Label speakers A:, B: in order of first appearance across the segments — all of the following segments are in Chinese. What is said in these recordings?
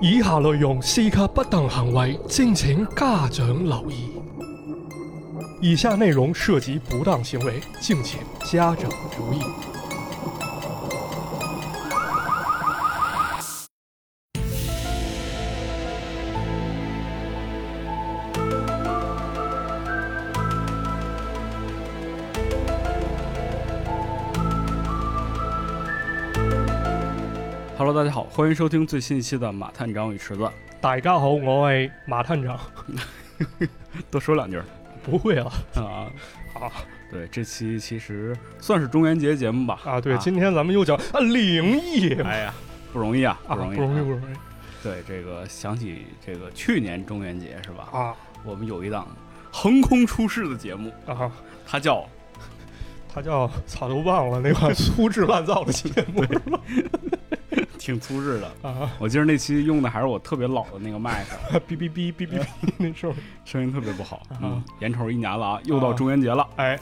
A: 以下內容涉及不當行為，敬請家長留意。以下內容涉及不當行為，敬請家長留意。
B: Hello，大家好，欢迎收听最新一期的《马探长与池子》。
A: 大家好，我係馬探長。
B: 多说两 句儿
A: 不會啊
B: 啊，
A: 好
B: 对，这期其实算是中元节节目吧。
A: 啊！对，今天咱們又講啊靈異
B: 哎呀，不容易啊，
A: 啊，
B: 容
A: 不
B: 易、
A: 容易，不容易
B: 对，这个想起这个去年中元节是吧？
A: 啊
B: 我们有一档横空出世的节目，
A: 啊！
B: 它叫
A: 他叫草都忘了那款粗制滥造的节 目
B: 挺粗制的。
A: 啊，
B: 我记得那期用的还是我特别老的那个麦 克，
A: 哔哔哔哔哔哔 那时候，
B: 声音特别不好。
A: 啊
B: 嗯，眼瞅一年了啊，又到
A: 啊
B: 中元节了，
A: 哎，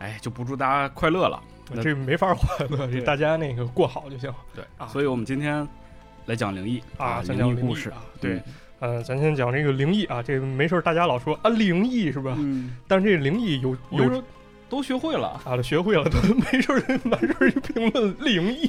B: 哎，就不祝大家快乐了。那
A: 这没法快乐，这
B: 对
A: 大家那个过好就行
B: 对，
A: 啊
B: 所以我们今天来讲灵异
A: 啊。咱
B: 灵
A: 讲
B: 异
A: 灵
B: 故
A: 异
B: 事。
A: 啊，对，呃，咱先讲这个灵异啊，这个没事儿大家老说啊灵异是吧？
B: 嗯，
A: 但是这灵异有
B: 有时
A: 有
B: 候都学会了
A: 啊，学会了， 没事儿没事儿就评论灵异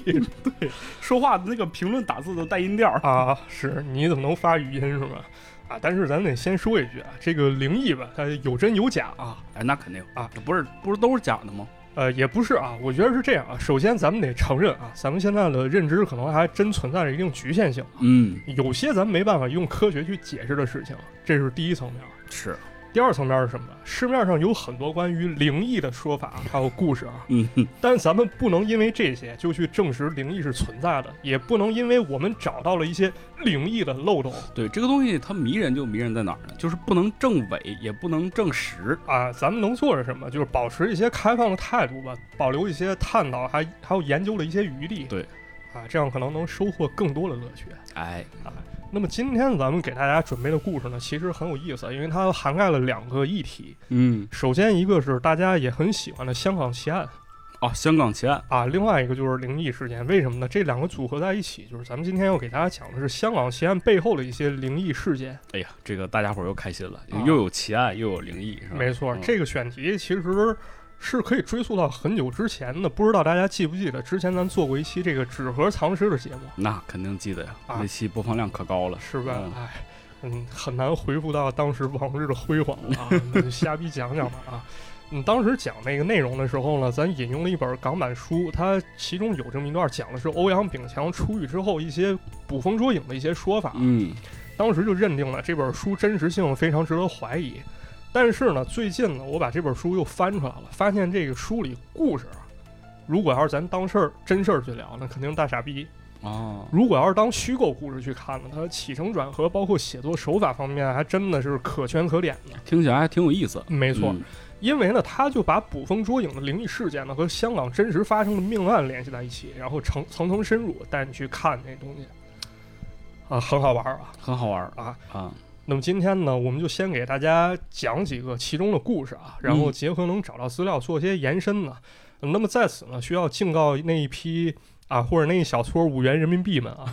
B: 说话的那个评论打字的带音调儿。
A: 啊，是你怎么能发语音是吧？啊，但是咱得先说一句啊，这个灵异吧，它有真有假啊，
B: 哎，那肯定
A: 啊，
B: 这不是不是都是假的吗？
A: 呃，也不是啊，我觉得是这样啊。首先，咱们得承认啊，咱们现在的认知可能还真存在着一定局限性，
B: 嗯，
A: 有些咱们没办法用科学去解释的事情，啊这是第一层面。
B: 是，
A: 第二层面是什么？市面上有很多关于灵异的说法，还有故事啊，
B: 嗯哼
A: 但咱们不能因为这些就去证实灵异是存在的，也不能因为我们找到了一些灵异的漏洞
B: 对这个东西它迷人就迷人在哪儿呢？就是不能证伪，也不能证实。
A: 啊，咱们能做是什么？就是保持一些开放的态度吧，保留一些探讨还还有研究的一些余地。
B: 对，
A: 啊，这样可能能收获更多的乐趣。
B: 哎，
A: 那么今天咱们给大家准备的故事呢，其实很有意思，因为它涵盖了两个议题。
B: 嗯，
A: 首先一个是大家也很喜欢的香港奇案
B: 哦，香港奇案，
A: 啊，另外一个就是灵异事件。为什么呢？这两个组合在一起，就是咱们今天要给大家讲的是香港奇案背后的一些灵异事件。
B: 哎呀，这个大家伙儿又开心了，
A: 啊
B: 又有奇案，又有灵异，是吧？
A: 没错，
B: 嗯
A: 这个选题其实是可以追溯到很久之前的，不知道大家记不记得之前咱做过一期这个纸盒藏尸的节目，
B: 那肯定记得呀，
A: 啊
B: 那期播放量可高了。
A: 是吧
B: 嗯？
A: 哎、嗯，很难回复到当时往日的辉煌了 啊，那就瞎逼讲讲吧啊。嗯，当时讲那个内容的时候呢，咱引用了一本港版书，它其中有这么一段讲的是欧阳炳强出狱之后一些捕风捉影的一些说法。
B: 嗯，
A: 当时就认定了这本书真实性非常值得怀疑。但是呢，最近呢，我把这本书又翻出来了，发现这个书里故事啊，如果要是咱当事儿真事儿去聊，那肯定大傻逼；
B: 哦，
A: 如果要是当虚构故事去看呢，它起承转合，包括写作手法方面，还真的是可圈可点的。
B: 听起来还挺有意思。
A: 没错，
B: 嗯
A: 因为呢，他就把捕风捉影的灵异事件呢和香港真实发生的命案联系在一起，然后层层层深入，带你去看这东西，啊，很好玩儿啊。
B: 很好玩儿
A: 啊
B: 啊！
A: 那么今天呢，我们就先给大家讲几个其中的故事啊，然后
B: 嗯
A: 结合能找到资料做些延伸呢。那么在此呢，需要敬告那一批啊，或者那一小撮五元人民币们 啊，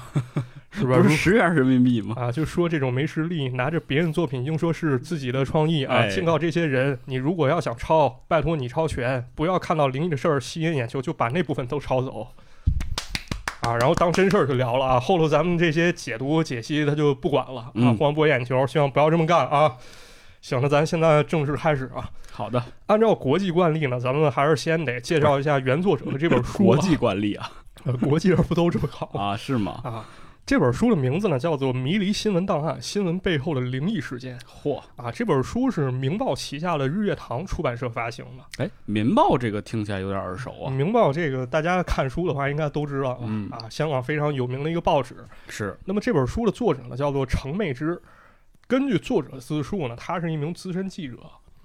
A: 是吧？
B: 不是十元人民币 吗？
A: 啊，就说这种没实力，拿着别人作品硬说是自己的创意啊，
B: 哎
A: 敬告这些人，你如果要想抄，拜托你抄全，不要看到灵异的事儿吸引眼球就把那部分都抄走。啊，然后当真事儿就聊了啊，后头咱们这些解读解析他就不管了啊，
B: 嗯
A: 光博眼球，希望不要这么干啊。行，那咱现在正式开始啊。
B: 好的，
A: 按照国际惯例呢，咱们还是先得介绍一下原作者和这本书、啊。
B: 国际惯例啊
A: 呃，国际人不都这么搞吗？
B: 啊，是吗？
A: 啊，这本书的名字呢叫做《迷离新闻档案：新闻背后的灵异事件》
B: 嚯，
A: 啊。这本书是明报旗下的日月堂出版社发行的。
B: 哎，民报这个听起来有点耳熟啊，
A: 明报这个大家看书的话应该都知道啊，
B: 嗯
A: 啊，香港非常有名的一个报纸。
B: 是，
A: 那么这本书的作者呢叫做程妹之。根据作者自述呢，他是一名资深记者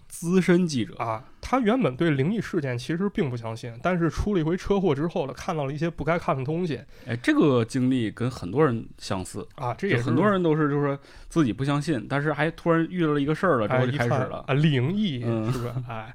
B: 资深记者，
A: 啊。他原本对灵异事件其实并不相信，但是出了一回车祸之后呢，看到了一些不该看的东西
B: 哎，这个经历跟很多人相似，
A: 啊。这
B: 就
A: 也是
B: 很多人都是就是自己不相信，但是还突然遇到了一个事儿了之
A: 哎，
B: 后就
A: 一
B: 开始
A: 看
B: 了，
A: 啊，灵异
B: 嗯
A: 是吧？哎，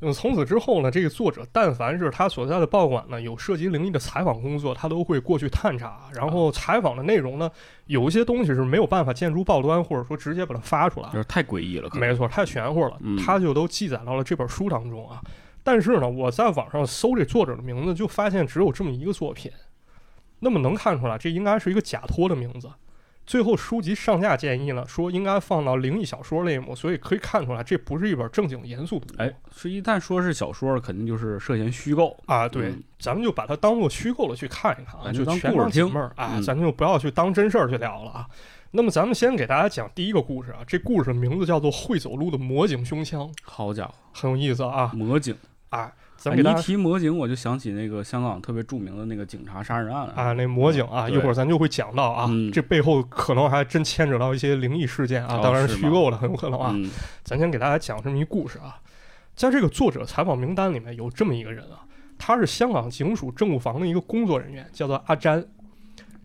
A: 那么从此之后呢，这个作者但凡是他所在的报馆呢有涉及灵异的采访工作，他都会过去探查。然
B: 啊
A: 后采访的内容呢，有一些东西是没有办法见诸报端，或者说直接把它发出来
B: 就。是太诡异了，可能
A: 没错，太玄乎了
B: 嗯，
A: 他就都记载到了这本书当中啊。但是呢，我在网上搜这作者的名字，就发现只有这么一个作品。那么能看出来，这应该是一个假托的名字。最后书籍上架建议呢，说应该放到灵异小说类目，所以可以看出来，这不是一本正经严肃的读物。
B: 哎，是一旦说是小说，肯定就是涉嫌虚构。
A: 啊，对，
B: 嗯
A: 咱们就把它当做虚构的去看一看啊，
B: 哎
A: 就
B: 就当
A: 全
B: 故事
A: 解
B: 听
A: 闷儿啊，
B: 嗯
A: 咱就不要去当真事儿去聊了啊。那么咱们先给大家讲第一个故事啊，这故事名字叫做《会走路的魔警胸腔》，
B: 好家伙，
A: 很有意思啊
B: 魔警！
A: 啊！咱
B: 哎
A: 给
B: 你
A: 大
B: 一
A: 家
B: 提魔警，我就想起那个香港特别著名的那个警察杀人案
A: 啊，那魔警啊，
B: 对
A: 一会儿咱就会讲到啊，
B: 嗯
A: 这背后可能还真牵扯到一些灵异事件啊，
B: 哦
A: 当然
B: 是
A: 虚
B: 吗
A: 构的很有可能啊。
B: 嗯
A: 咱先给大家讲这么一故事啊，在这个作者采访名单里面有这么一个人啊，他是香港警署政务房的一个工作人员，叫做阿詹。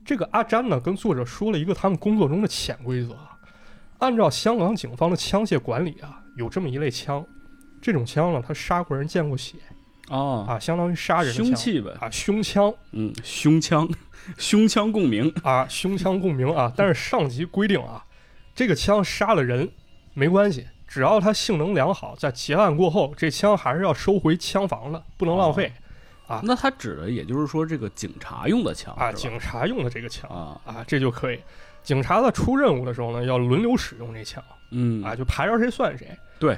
A: 这个阿詹呢，跟作者说了一个他们工作中的潜规则啊。按照香港警方的枪械管理啊，有这么一类枪，这种枪呢，他杀过人见过血
B: 哦，
A: 啊，相当于杀人的枪
B: 凶器呗，
A: 啊，胸腔
B: 嗯，胸腔， 胸腔共鸣，
A: 啊，胸腔共鸣啊。但是上级规定啊，这个枪杀了人没关系，只要它性能良好，在结案过后，这枪还是要收回枪房的，不能浪费、啊
B: 那他指的也就是说这个警察用的枪
A: 啊。
B: 哦是吧
A: 警察用的这个枪
B: 啊，
A: 啊，这就可以。警察在出任务的时候呢，要轮流使用这枪
B: 嗯
A: 啊，就排着谁算谁。
B: 对。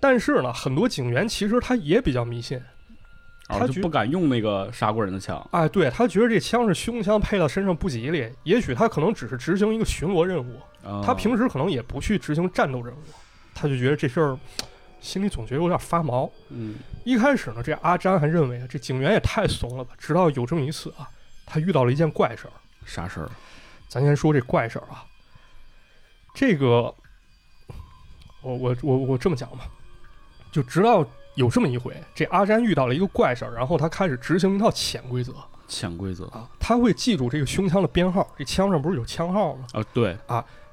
A: 但是呢，很多警员其实他也比较迷信，他
B: 然后
A: 觉
B: 啊就不敢用那个杀过人的枪，
A: 哎，对他觉得这枪是胸腔配到身上不吉利，也许他可能只是执行一个巡逻任务，
B: 啊
A: 他平时可能也不去执行战斗任务，他就觉得这事儿心里总觉得有点发毛。
B: 嗯
A: 一开始呢，这阿詹还认为啊，这警员也太怂了吧。直到有这么一次啊，他遇到了一件怪事儿。
B: 啥事儿
A: 咱先说这怪事儿啊，这个我我我我这么讲吧，就直到有这么一回，这阿詹遇到了一个怪事儿，然后他开始执行一套潜规则
B: 潜规则
A: 啊，他会记住这个胸腔的编号，这枪上不是有枪号吗？
B: 啊，对，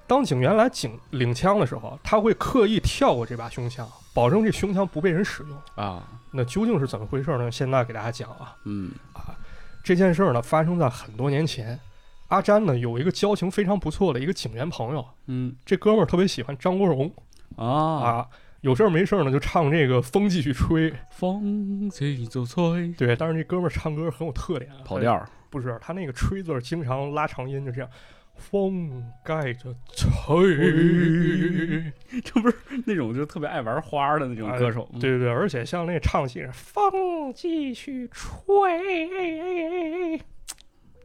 A: 当警员来警领枪的时候，他会刻意跳过这把胸腔，保证这胸腔不被人使用。
B: 啊，
A: 那究竟是怎么回事呢？现在给大家讲啊，
B: 嗯
A: 这件事儿呢发生在很多年前。阿詹呢有一个交情非常不错的一个警员朋友，
B: 嗯
A: 这哥们儿特别喜欢张国荣
B: 啊，
A: 啊，有事儿没事儿呢就唱这个《风继续吹》。
B: 风起就吹，
A: 对，但是这哥们儿唱歌很有特点啊，
B: 跑调儿，
A: 他不是他那个“吹”字儿经常拉长音，就这样，风盖着吹。
B: 这不是那种就特别爱玩花儿的那种歌手，
A: 啊对对对，而且像那唱戏是风继续吹，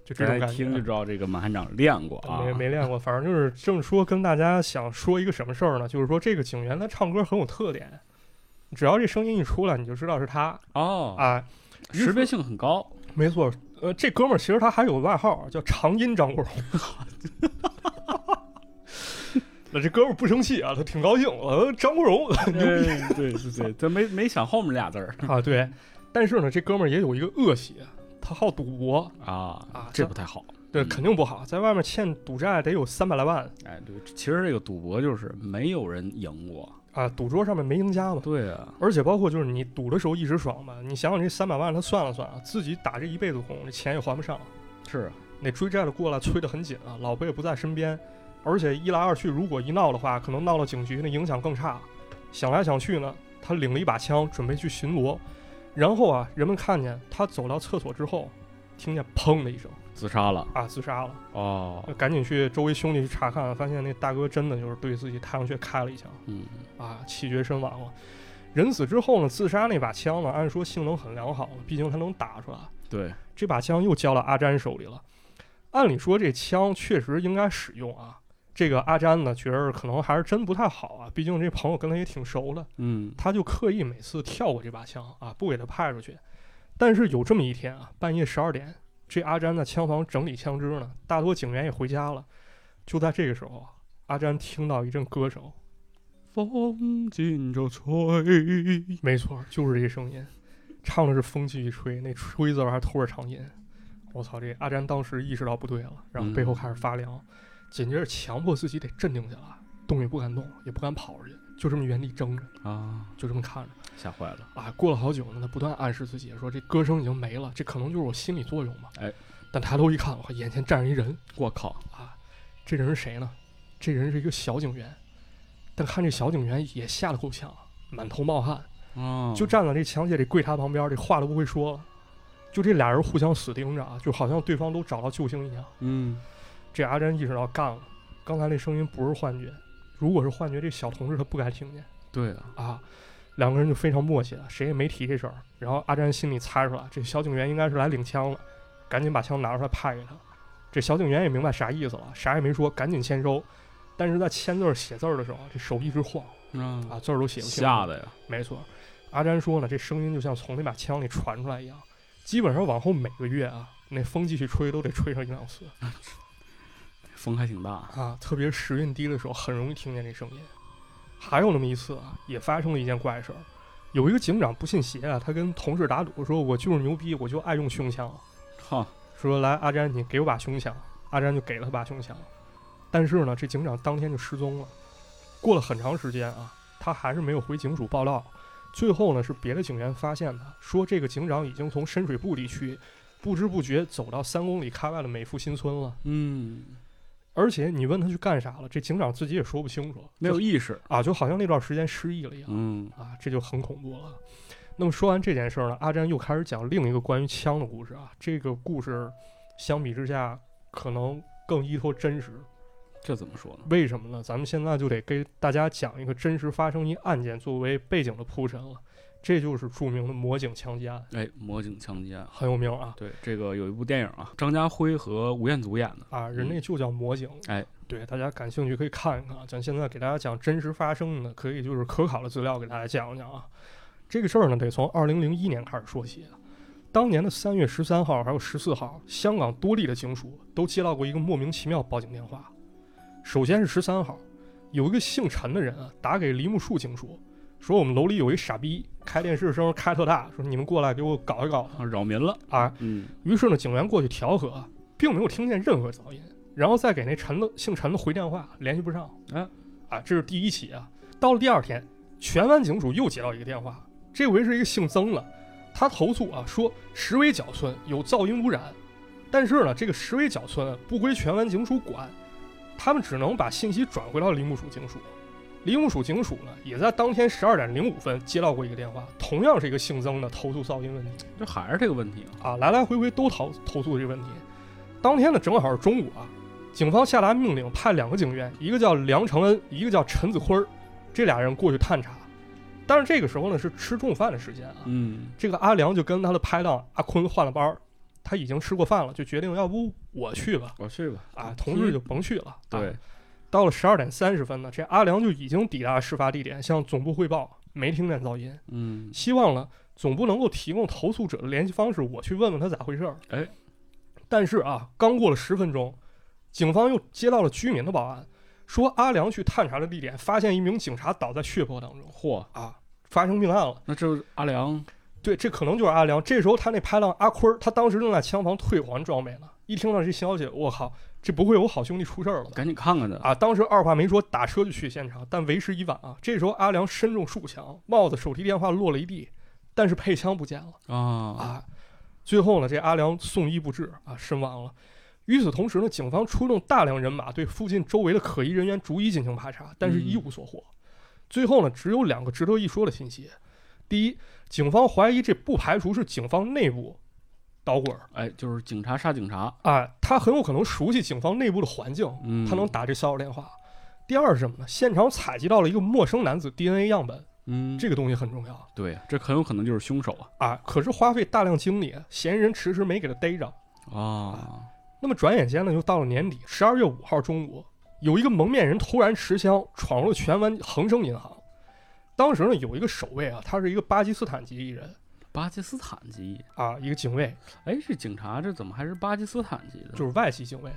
A: 就这
B: 大
A: 种
B: 家
A: 感觉。啊
B: 一听就知道这个马汉长练过啊，
A: 没没练过，反正就是这么说，跟大家想说一个什么事儿呢？就是说这个警员他唱歌很有特点，只要这声音一出来，你就知道是他
B: 哦，
A: 啊。
B: 识别性 很高，
A: 没错，呃，这哥们儿其实他还有个外号叫长音张国荣。 那这哥们儿不生气啊，他挺高兴。呃，张国荣，
B: 哎 对对对，咱没没想后面俩字儿
A: 啊，对。但是呢，这哥们儿也有一个恶习，他好赌博，
B: 啊
A: 啊，
B: 这
A: 这
B: 不太好。
A: 对，
B: 嗯
A: 肯定不好，在外面欠赌债得有三百来万
B: 哎，对，其实这个赌博就是没有人赢过。
A: 啊，赌桌上面没赢家嘛。
B: 对啊，
A: 而且包括就是你赌的时候一时爽吧，你想想这三百万，他算了算啊，自己打这一辈子工，这钱也还不上，
B: 是啊，
A: 那追债的过来催得很紧啊，老婆也不在身边，而且一来二去，如果一闹的话，可能闹到警局，那影响更差。想来想去呢，他领了一把枪，准备去巡逻，然后啊，人们看见他走到厕所之后，听见砰的一声
B: 自杀了
A: 啊，自杀了。
B: 哦，
A: 赶紧去周围兄弟去查看，发现那大哥真的就是对自己太阳穴开了一枪
B: 嗯，
A: 啊，气绝身亡了。人死之后呢，自杀那把枪呢，按说性能很良好，毕竟他能打出来。
B: 对，
A: 这把枪又交到阿詹手里了。按理说这枪确实应该使用啊。这个阿詹呢，觉得可能还是真不太好啊，毕竟这朋友跟他也挺熟的，
B: 嗯，
A: 他就刻意每次跳过这把枪啊，不给他派出去。但是有这么一天啊，半夜十二点，这阿詹在枪房整理枪支呢，大多警员也回家了。就在这个时候啊，阿詹听到一阵歌声，
B: 风紧着吹，
A: 没错，就是这声音，唱的是风继续吹，那吹字儿还拖着长音。我操，这阿詹当时意识到不对了，然后背后开始发凉，紧接着强迫自己得镇定下来，动也不敢动，也不敢跑出去，就这么原地怔着，
B: 啊，
A: 就这么看着。
B: 吓坏了，
A: 啊，过了好久呢，他不断暗示自己说这歌声已经没了，这可能就是我心理作用吧。
B: 哎，
A: 但抬头一看，我眼前站着一人
B: 我靠，
A: 啊，这人是谁呢？这人是一个小警员，但看这小警员也吓得够呛，满头冒汗，
B: 啊，
A: 就站在这强姐这柜台旁边，这话都不会说了。就这俩人互相死盯着啊，就好像对方都找到救星一样。
B: 嗯，
A: 这阿珍意识到干了，刚才那声音不是幻觉，如果是幻觉，这小同志他不该听见。
B: 对啊，
A: 啊，两个人就非常默契了，谁也没提这事儿。然后阿詹心里猜出来，这小警员应该是来领枪了，赶紧把枪拿出来派给他。这小警员也明白啥意思了，啥也没说，赶紧签收。但是在签字儿写字儿的时候，这手一直晃
B: 啊，
A: 啊，字儿都写不清。
B: 吓！的呀，
A: 没错，阿詹说呢，这声音就像从那把枪里传出来一样。基本上往后每个月啊，那风继续吹都得吹上一两次
B: 风还挺大，
A: 啊，特别时运低的时候，很容易听见这声音。还有那么一次啊，也发生了一件怪事儿。有一个警长不信邪啊，他跟同事打赌说：“我就是牛逼，我就爱用胸腔。
B: 哈，”
A: 说：“来，阿詹，你给我把胸腔。”阿詹就给了他把胸腔。但是呢，这警长当天就失踪了。过了很长时间啊，他还是没有回警署报道。最后呢，是别的警员发现他，说这个警长已经从深水埗地区不知不觉走到三公里开外的美孚新村了。
B: 嗯，
A: 而且你问他去干啥了，这警长自己也说不清楚，
B: 没有意识，
A: 啊，就好像那段时间失忆了一样、
B: 嗯，
A: 啊，这就很恐怖了。那么说完这件事儿呢，阿詹又开始讲另一个关于枪的故事啊。这个故事相比之下可能更依托真实，
B: 这怎么说呢？
A: 为什么呢？咱们现在就得给大家讲一个真实发生一案件作为背景的铺陈了，这就是著名的魔警枪击案，
B: 哎，魔警枪击案，
A: 很有名啊
B: 对，这个有一部电影啊，张家辉和吴彦祖演的，
A: 啊，人类就叫魔警。
B: 哎，
A: 对，大家感兴趣可以看一看啊。咱现在给大家讲真实发生的，可以就是可考的资料给大家讲讲啊。这个事儿呢，得从二零零一年开始说起。当年的三月十三号还有十四号，香港多地的警署都接到过一个莫名其妙报警电话。首先是十三号，有一个姓陈的人啊，打给梨木树警署，说我们楼里有一傻逼开电视声开特大，说你们过来给我搞一搞
B: 啊扰民了，
A: 啊。
B: 嗯，
A: 于是呢，警员过去调和，并没有听见任何噪音，然后再给那陈的姓陈的回电话，联系不上。
B: 嗯
A: 啊，这是第一起啊。到了第二天，荃湾警署又接到一个电话，这回是一个姓曾的，他投诉啊说石围角村有噪音污染，但是呢，这个石围角村不归荃湾警署管，他们只能把信息转回到林木署警署。林木署警署呢，也在当天十二点零五分接到过一个电话，同样是一个姓曾的投诉噪音问题。
B: 这还是这个问题啊，
A: 啊，来来回回都投投诉这个问题。当天呢，正好是中午啊，警方下达命令，派两个警员，一个叫梁承恩，一个叫陈子辉儿，这俩人过去探查。但是这个时候呢，是吃中午饭的时间啊。
B: 嗯，
A: 这个阿良就跟他的拍档阿坤换了班儿，他已经吃过饭了，就决定要不我去吧，
B: 我去吧，
A: 啊，同志就甭去了。啊
B: 对，
A: 到了十二点三十分呢，这阿良就已经抵达事发地点，向总部汇报，没听见噪音。
B: 嗯，
A: 希望呢总部能够提供投诉者的联系方式，我去问问他咋回事儿。
B: 哎，
A: 但是啊，刚过了十分钟，警方又接到了居民的报案，说阿良去探查的地点发现一名警察倒在血泊当中
B: 嚯，
A: 啊，发生命案了。
B: 那这阿良，
A: 对，这可能就是阿良。这时候他那拍档阿坤儿，他当时正在枪房退还装备呢，一听到这消息，我靠，这不会我好兄弟出事儿了吧？
B: 赶紧看看他，
A: 啊，当时二话没说，打车就去现场，但为时已晚啊。这时候阿良身中数枪，帽子、手提电话落了一地，但是配枪不见了
B: 啊，
A: 啊。最后呢，这阿良送医不治啊，身亡了。与此同时呢，警方出动大量人马对附近周围的可疑人员逐一进行排查，但是
B: 嗯
A: 一无所获。最后呢，只有两个值得一说的信息：第一，警方怀疑这不排除是警方内部捣鬼儿
B: 哎，就是警察杀警察，
A: 啊，他很有可能熟悉警方内部的环境，
B: 嗯，
A: 他能，打这骚扰电话。第二是什么呢？现场采集到了一个陌生男子 DNA 样本，
B: 嗯，
A: 这个东西很重要
B: 对，这很有可能就是凶手啊，
A: 啊。可是花费大量精力，嫌疑人迟迟没给他逮着。哦
B: 啊，
A: 那么转眼间呢，又到了年底，十二月五号中午，有一个蒙面人突然持枪闯入了荃湾恒生银行。当时呢，有一个守卫啊，他是一个巴基斯坦籍艺人
B: 巴基斯坦籍，
A: 啊，一个警卫，
B: 哎，这警察这怎么还是巴基斯坦籍的？
A: 就是外籍警卫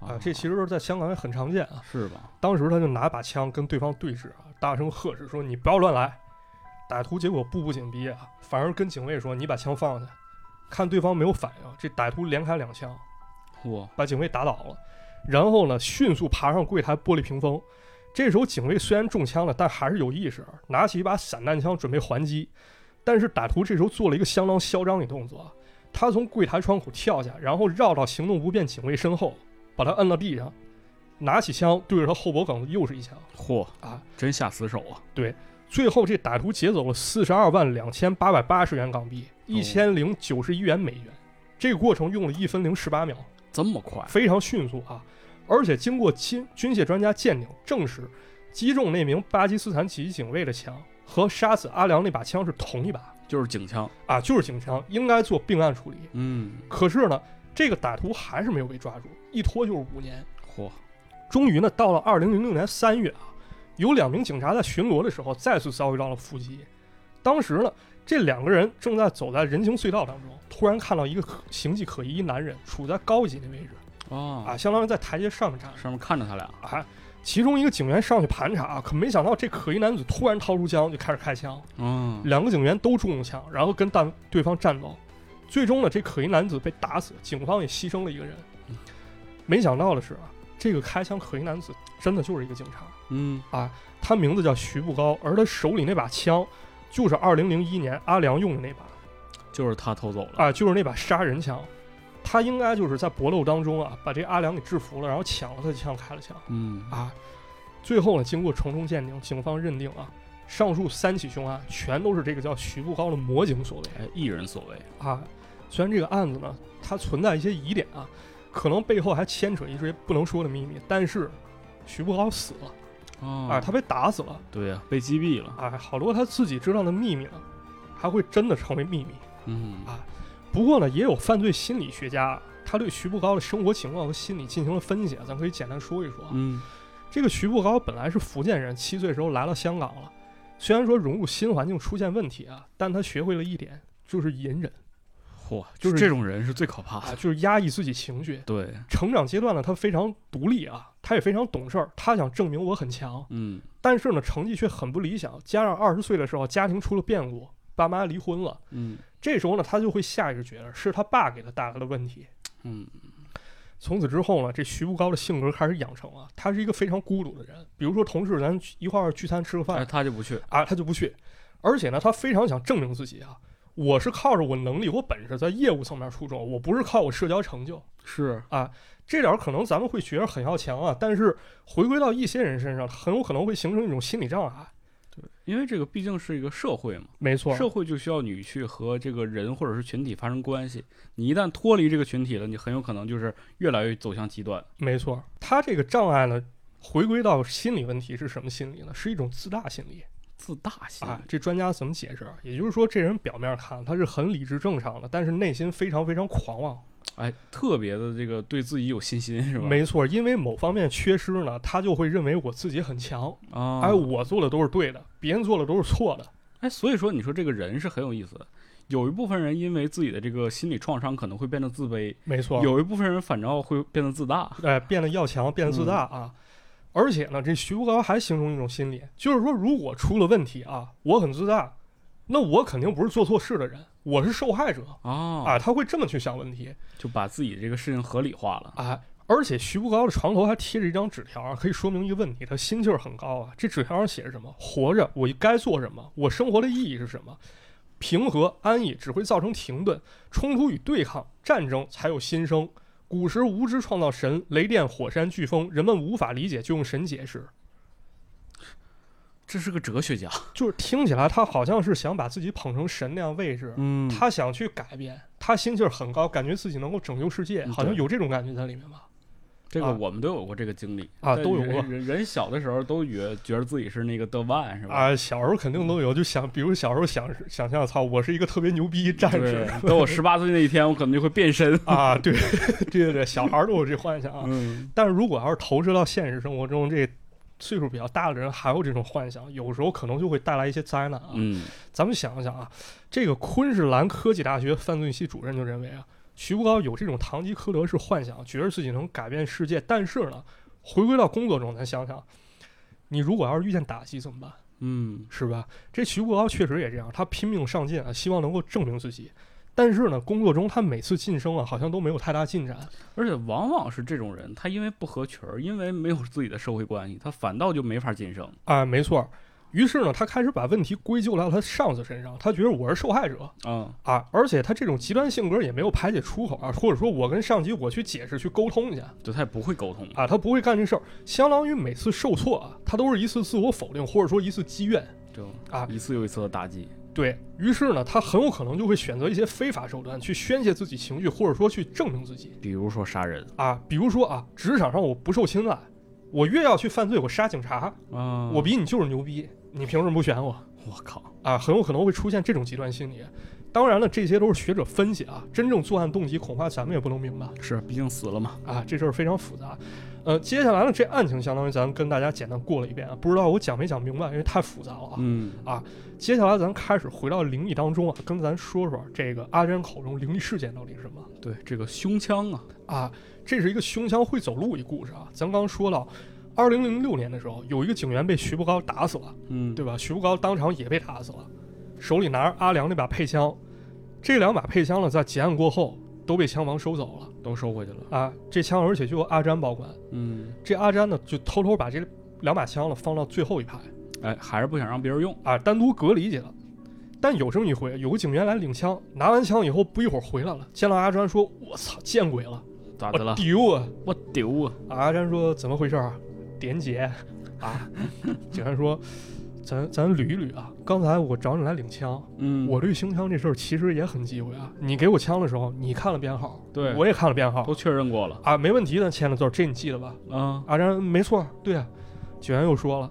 A: 啊。这其实在香港也很常见啊。
B: 是吧？
A: 当时他就拿把枪跟对方对峙啊，大声呵斥说：“你不要乱来！”歹徒结果步步紧逼啊，反而跟警卫说：“你把枪放下。”看对方没有反应，这歹徒连开两枪，
B: 嚯，
A: 啊把警卫打倒了，然后呢，迅速爬上柜台玻璃屏风，这时候警卫虽然中枪了，但还是有意识，拿起一把散弹枪准备还击。但是歹徒这时候做了一个相当嚣张的动作，他从柜台窗口跳下，然后绕到行动不便警卫身后，把他摁到地上，拿起枪对着他后脖梗子又是一枪。
B: 嚯
A: 啊，
B: 真下死手啊！
A: 最后，这歹徒劫走了四十二万两千八百八十元港币，一千零九十一元美元。这个过程用了一分零十八秒，
B: 这么快，
A: 非常迅速啊！而且经过军军械专家鉴定，证实击中那名巴基斯坦起义警卫的枪和杀死阿良那把枪是同一把
B: 就是警枪。
A: 啊，就是警枪，应该做并案处理。
B: 嗯，
A: 可是呢，这个歹徒还是没有被抓住，一拖就是五年。
B: 嚯，
A: 终于呢，到了二零零六年三月啊，有两名警察在巡逻的时候再次遭遇到了伏击。当时呢，这两个人正在走在人行隧道当中，突然看到一个可形迹可疑男人处在高级的位置啊，
B: 啊，
A: 相当于在台阶上面站着
B: 上面看着他俩，
A: 啊。其中一个警员上去盘查啊，可没想到这可疑男子突然掏出枪就开始开枪，
B: 嗯，
A: 两个警员都中了枪，然后跟弹对方战斗，最终呢，这可疑男子被打死，警方也牺牲了一个人
B: 嗯。
A: 没想到的是啊，这个开枪可疑男子真的就是一个警察，
B: 嗯，
A: 他名字叫徐步高，而他手里那把枪就是2001年阿良用的那
B: 嗯
A: 把
B: 就是他偷走了。
A: 啊，就是那把杀人枪。他应该就是在搏斗当中啊，把这阿良给制服了，然后抢了他的枪，开了枪
B: 嗯，
A: 啊。最后呢，经过重重鉴定，警方认定啊，上述三起凶案全都是这个叫徐步高的魔警所为。
B: 哎，一人所为。
A: 啊，虽然这个案子呢，它存在一些疑点啊，可能背后还牵扯一些不能说的秘密，但是徐步高死了啊，
B: 啊
A: 他被打死了
B: 对呀，被击毙了。
A: 啊，好多他自己知道的秘密呢，还会真的成为秘密。
B: 嗯
A: 啊不过呢，也有犯罪心理学家，他对徐步高的生活情况和心理进行了分析，咱可以简单说一说啊。
B: 嗯，
A: 这个徐步高本来是福建人，七岁时候来到香港了。虽然说融入新环境出现问题啊，但他学会了一点，就是隐忍
B: 嚯，
A: 就是
B: 这种人是最可怕
A: 啊，
B: 的。
A: 就是压抑自己情绪。
B: 对，
A: 成长阶段呢，他非常独立啊，他也非常懂事儿，他想证明我很强，
B: 嗯，
A: 但是呢，成绩却很不理想。加上二十岁的时候，家庭出了变故，爸妈离婚了，
B: 嗯，
A: 这时候呢，他就会下意识觉得是他爸给他带来的问题。
B: 嗯，
A: 从此之后呢，这徐步高的性格开始养成了，啊他是一个非常孤独的人。比如说，同事咱一块儿聚餐吃个饭
B: 但是哎他就不去。
A: 啊，他就不去，而且呢，他非常想证明自己啊，我是靠着我能力、我本事在业务层面出众，我不是靠我社交成就。
B: 是，
A: 这点儿可能咱们会觉得很要强啊，但是回归到一些人身上，很有可能会形成一种心理障碍。
B: 因为这个毕竟是一个社会嘛，
A: 没错
B: 社会就需要你去和这个人或者是群体发生关系。你一旦脱离这个群体了，你很有可能就是越来越走向极端。
A: 没错，他这个障碍呢，回归到心理问题是什么心理呢？是一种自大心理
B: 自大心理
A: 啊。这专家怎么解释啊？也就是说，这人表面看他是很理智正常的，但是内心非常非常狂妄。
B: 哎，特别的这个对自己有信心是吧？
A: 没错，因为某方面缺失呢，他就会认为我自己很强，
B: 啊，
A: 哎，我做的都是对的，别人做的都是错的。
B: 哎，所以说你说这个人是很有意思的。有一部分人因为自己的这个心理创伤，可能会变得自卑；
A: 没错，
B: 有一部分人反倒会变得自大。
A: 哎，变得要强，变得自大啊。而且呢，这徐步高还形容一种心理，就是说，如果出了问题啊，我很自大，那我肯定不是做错事的人，我是受害者
B: 哦，
A: 啊。他会这么去想问题
B: 就把自己这个事情合理化了。
A: 啊。而且徐步高的床头还贴着一张纸条啊，可以说明一个问题，他心气儿很高啊。这纸条上写着什么？活着，我该做什么？我生活的意义是什么？平和安逸只会造成停顿，冲突与对抗，战争才有新生。古时无知创造神，雷电、火山、飓风，人们无法理解就用神解释。
B: 这是个哲学家。
A: 就是听起来他好像是想把自己捧成神那样位置，
B: 嗯
A: 他想去改变，他心气儿很高，感觉自己能够拯救世界，
B: 嗯
A: 好像
B: 对
A: 有这种感觉在里面吧？
B: 这
A: 啊
B: 个我们都有过这个经历
A: 啊
B: 在
A: 都有
B: 人
A: 过
B: 人人小的时候都觉觉得自己是那个 the one 是吧？
A: 啊，小时候肯定都有，就想，比如小时候想想象，操，我是一个特别牛逼战士
B: 对，等我十八岁那一天，我可能就会变身。
A: 啊，对，对对对，小孩儿都有这幻想啊。
B: 嗯，
A: 但是如果要是投射到现实生活中，这岁数比较大的人还有这种幻想，有时候可能就会带来一些灾难啊。
B: 嗯，
A: 咱们想一想啊，这个昆士兰科技大学犯罪系主任就认为啊，徐步高有这种堂吉诃德式幻想，觉得自己能改变世界。但是呢，回归到工作中，咱想想，你如果要是遇见打击怎么办？
B: 嗯，
A: 是吧？这徐步高确实也这样，他拼命上进啊，希望能够证明自己。但是呢，工作中他每次晋升啊，好像都没有太大进展。
B: 而且往往是这种人，他因为不合群儿，因为没有自己的社会关系，他反倒就没法晋升
A: 啊，没错。于是呢，他开始把问题归咎到他上司身上，他觉得我是受害者
B: 啊、
A: 啊，而且他这种极端性格也没有排解出口啊，或者说我跟上级我去解释去沟通去
B: 对他也不会沟通。
A: 啊，他不会干这事儿，相当于每次受挫啊，他都是一次自我否定或者说一次积怨。
B: 就
A: 啊
B: 一次又一次的打击，
A: 对于是呢，他很有可能就会选择一些非法手段去宣泄自己情绪，或者说去证明自己
B: 比如说杀人
A: 啊，比如说啊，职场上我不受青睐，我越要去犯罪，我杀警察，
B: 啊
A: 我比你就是牛逼，你凭什么不选我？
B: 我靠，
A: 啊，很有可能会出现这种极端心理。当然了，这些都是学者分析啊，真正作案动机恐怕咱们也不能明白
B: 是，毕竟死了嘛。
A: 啊，这事儿非常复杂。呃，接下来呢，这案情相当于咱跟大家简单过了一遍啊，不知道我讲没讲明白，因为太复杂了啊。
B: 嗯
A: 接下来咱开始回到灵异当中啊，跟咱说说这个阿珍口中灵异事件到底是什么
B: 对，这个胸腔啊，
A: 啊？这是一个胸腔会走路一故事啊，咱刚说到。二零零六年的时候，有一个警员被徐步高打死了，
B: 嗯，
A: 对吧？徐步高当场也被打死了，手里拿着阿良那把配枪，这两把配枪呢，在结案过后都被枪王收走了
B: 都收回去了。
A: 啊。这枪而且就由阿詹保管，
B: 嗯，
A: 这阿詹呢就偷偷把这两把枪呢放到最后一排
B: 哎，还是不想让别人用。
A: 啊，单独隔离去了。但有这么一回，有个警员来领枪，拿完枪以后不一会儿回来了，见到阿詹说：“我操，见鬼了，
B: 咋
A: 我
B: 的了？
A: 丢啊
B: 我丢啊！！”
A: 啊阿詹说：“怎么回事啊？点姐啊！” 警员说：“咱咱捋一捋啊，刚才我找你来领枪，
B: 嗯，
A: 我对胸腔这事儿其实也很忌讳啊。你给我枪的时候，你看了编号，
B: 对
A: 我也看了编号
B: 都确认过了
A: 啊，没问题的，签了字儿，这你记得吧？
B: 啊。
A: 阿然没错，对啊。警员又说了，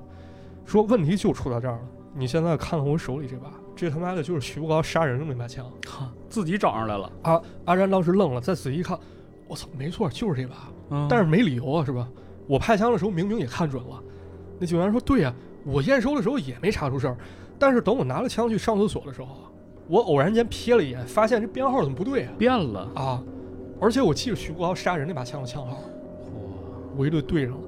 A: 说问题就出在这儿了。你现在看看我手里这把，这他妈的就是徐步高杀人用那把枪
B: 哈自己找上来了，
A: 啊！阿然当时愣了，再仔细一看，我操，没错，就是这把，
B: 嗯
A: 但是没理由啊，是吧？我派枪的时候明明也看准了。那警员说，对呀、我验收的时候也没查出事儿，但是等我拿了枪去上厕所的时候啊，我偶然间瞥了一眼，发现这编号怎么不对啊？
B: 变了，
A: 啊！而且我记着徐步高杀人那把枪的枪号，
B: 哇，
A: 我一对对上了。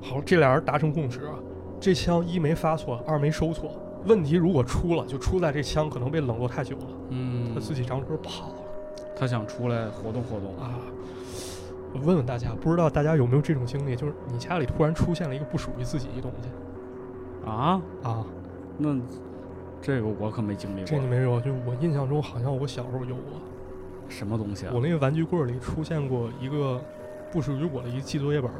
A: 好，这俩人达成共识啊，这枪一没发错，二没收错。问题如果出了，就出在这枪可能被冷落太久了，
B: 嗯
A: 他，自己张车跑了
B: 他想出来活动活动啊，
A: 啊。我问问大家，不知道大家有没有这种经历，就是你家里突然出现了一个不属于自己的东西
B: 啊，
A: 啊？
B: 那这个我可没经历
A: 这你
B: 过，
A: 没有？就我印象中好像我小时候有过，
B: 什么东西啊
A: 我？那个玩具柜里出现过一个不属于我的一记作业本儿，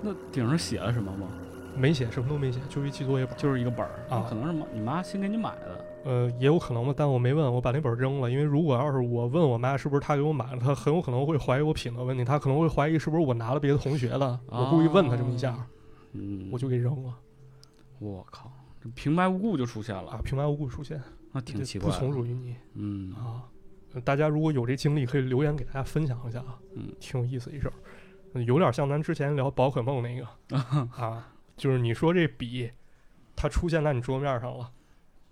B: 那顶上写了什么吗？
A: 没写什么都没写，就一记作业本儿。
B: 就是一个本儿，
A: 啊
B: 那可能是妈你妈新给你买的，
A: 呃，也有可能吧，但我没问，我把那本扔了。因为如果要是我问我妈是不是她给我买了，她很有可能会怀疑我品德问题，她可能会怀疑是不是我拿了别的同学的。我故意问她这么一下，
B: 嗯，
A: 我就给扔了
B: 我靠，这平白无故就出现了，
A: 啊，平白无故出现，
B: 那挺
A: 这
B: 奇
A: 不
B: 怪的，
A: 从属于你
B: 嗯，
A: 啊。呃大家如果有这经历，可以留言给大家分享一下啊，
B: 嗯
A: 挺有意思一事儿，嗯有点像咱之前聊宝可梦那个啊，就是你说这笔，它出现在你桌面上了，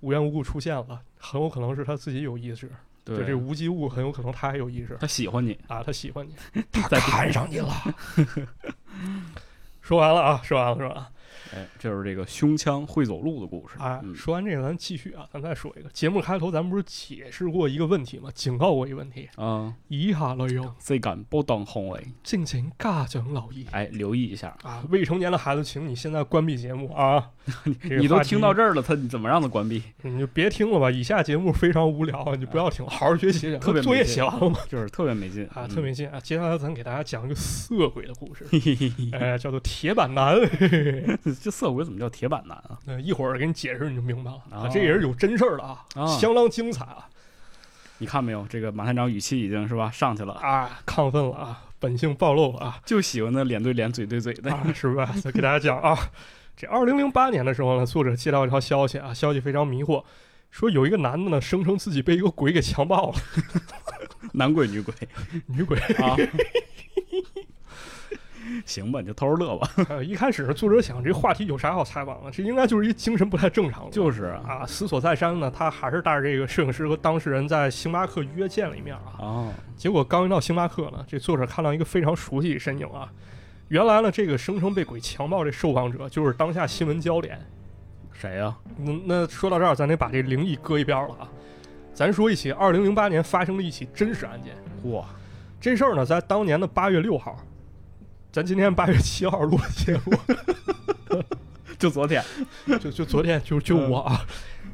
A: 无缘无故出现了，很有可能是他自己有意识。
B: 对
A: 对这无机物很有可能他还有意识
B: 他喜欢你，
A: 啊，他喜欢你，
B: 在
A: 看上你了。 说完了啊，说完了，说完了
B: 哎，这就是这个胸腔会走路的故事
A: 啊！
B: 嗯
A: 说完这个，咱继续啊，咱再说一个。节目开头咱们不是解释过一个问题吗？警告过一个问题，
B: 啊，
A: 以下内容
B: 这敢不当红卫，
A: 敬请家长留意
B: 哎，留意一下，
A: 啊！未成年的孩子，请你现在关闭节目啊！这个
B: 你都
A: 话题
B: 听到，这儿了，他你怎么让他关 闭？
A: 你就别听了吧。以下节目非常无聊，你就不要
B: 啊
A: 听，好好学 习。
B: 特别没
A: 作业
B: 劲嗯
A: 写完了吗？
B: 就是特别没劲
A: 啊，
B: 嗯
A: 特没劲啊！接下来咱给大家讲一个色鬼的 故事，呃，叫做铁板男。
B: 嗯这色鬼怎么叫铁板男啊？
A: 呃，一会儿给你解释你就明白了啊，
B: 哦
A: 这也是有真事儿的啊，
B: 啊
A: 相当精彩啊
B: 你看没有，这个马探长语气已经是吧上去了，
A: 啊，亢奋了啊，本性暴露了啊，
B: 就喜欢那脸对脸、嘴对嘴 的。
A: 啊是吧？再给大家讲啊，这二零零八年的时候呢，作者接到一条消息啊，消息非常迷惑，说有一个男的呢，声称自己被一个鬼给强暴了，
B: 男鬼女鬼
A: 女鬼。
B: 啊， 行吧，你就偷着乐吧。
A: 呃，一开始作者想这话题有啥好采访的，这应该就是一精神不太正常的，
B: 就是啊，
A: 啊，思索再三呢，他还是带着这个摄影师和当事人在星巴克约见了一面啊。
B: 哦，
A: 结果刚一到星巴克呢，这作者看到一个非常熟悉的身影啊。原来呢，这个声称被鬼强暴这受访者就是当下新闻焦点。
B: 谁呀、
A: 那那说到这儿，咱得把这灵异搁一边了啊。咱说一起二零零八年发生的一起真实案件。
B: 哇，
A: 这事儿呢，在当年的八月六号，咱今天八月七号录的节目，
B: 就昨天，
A: 就就昨天就就我啊，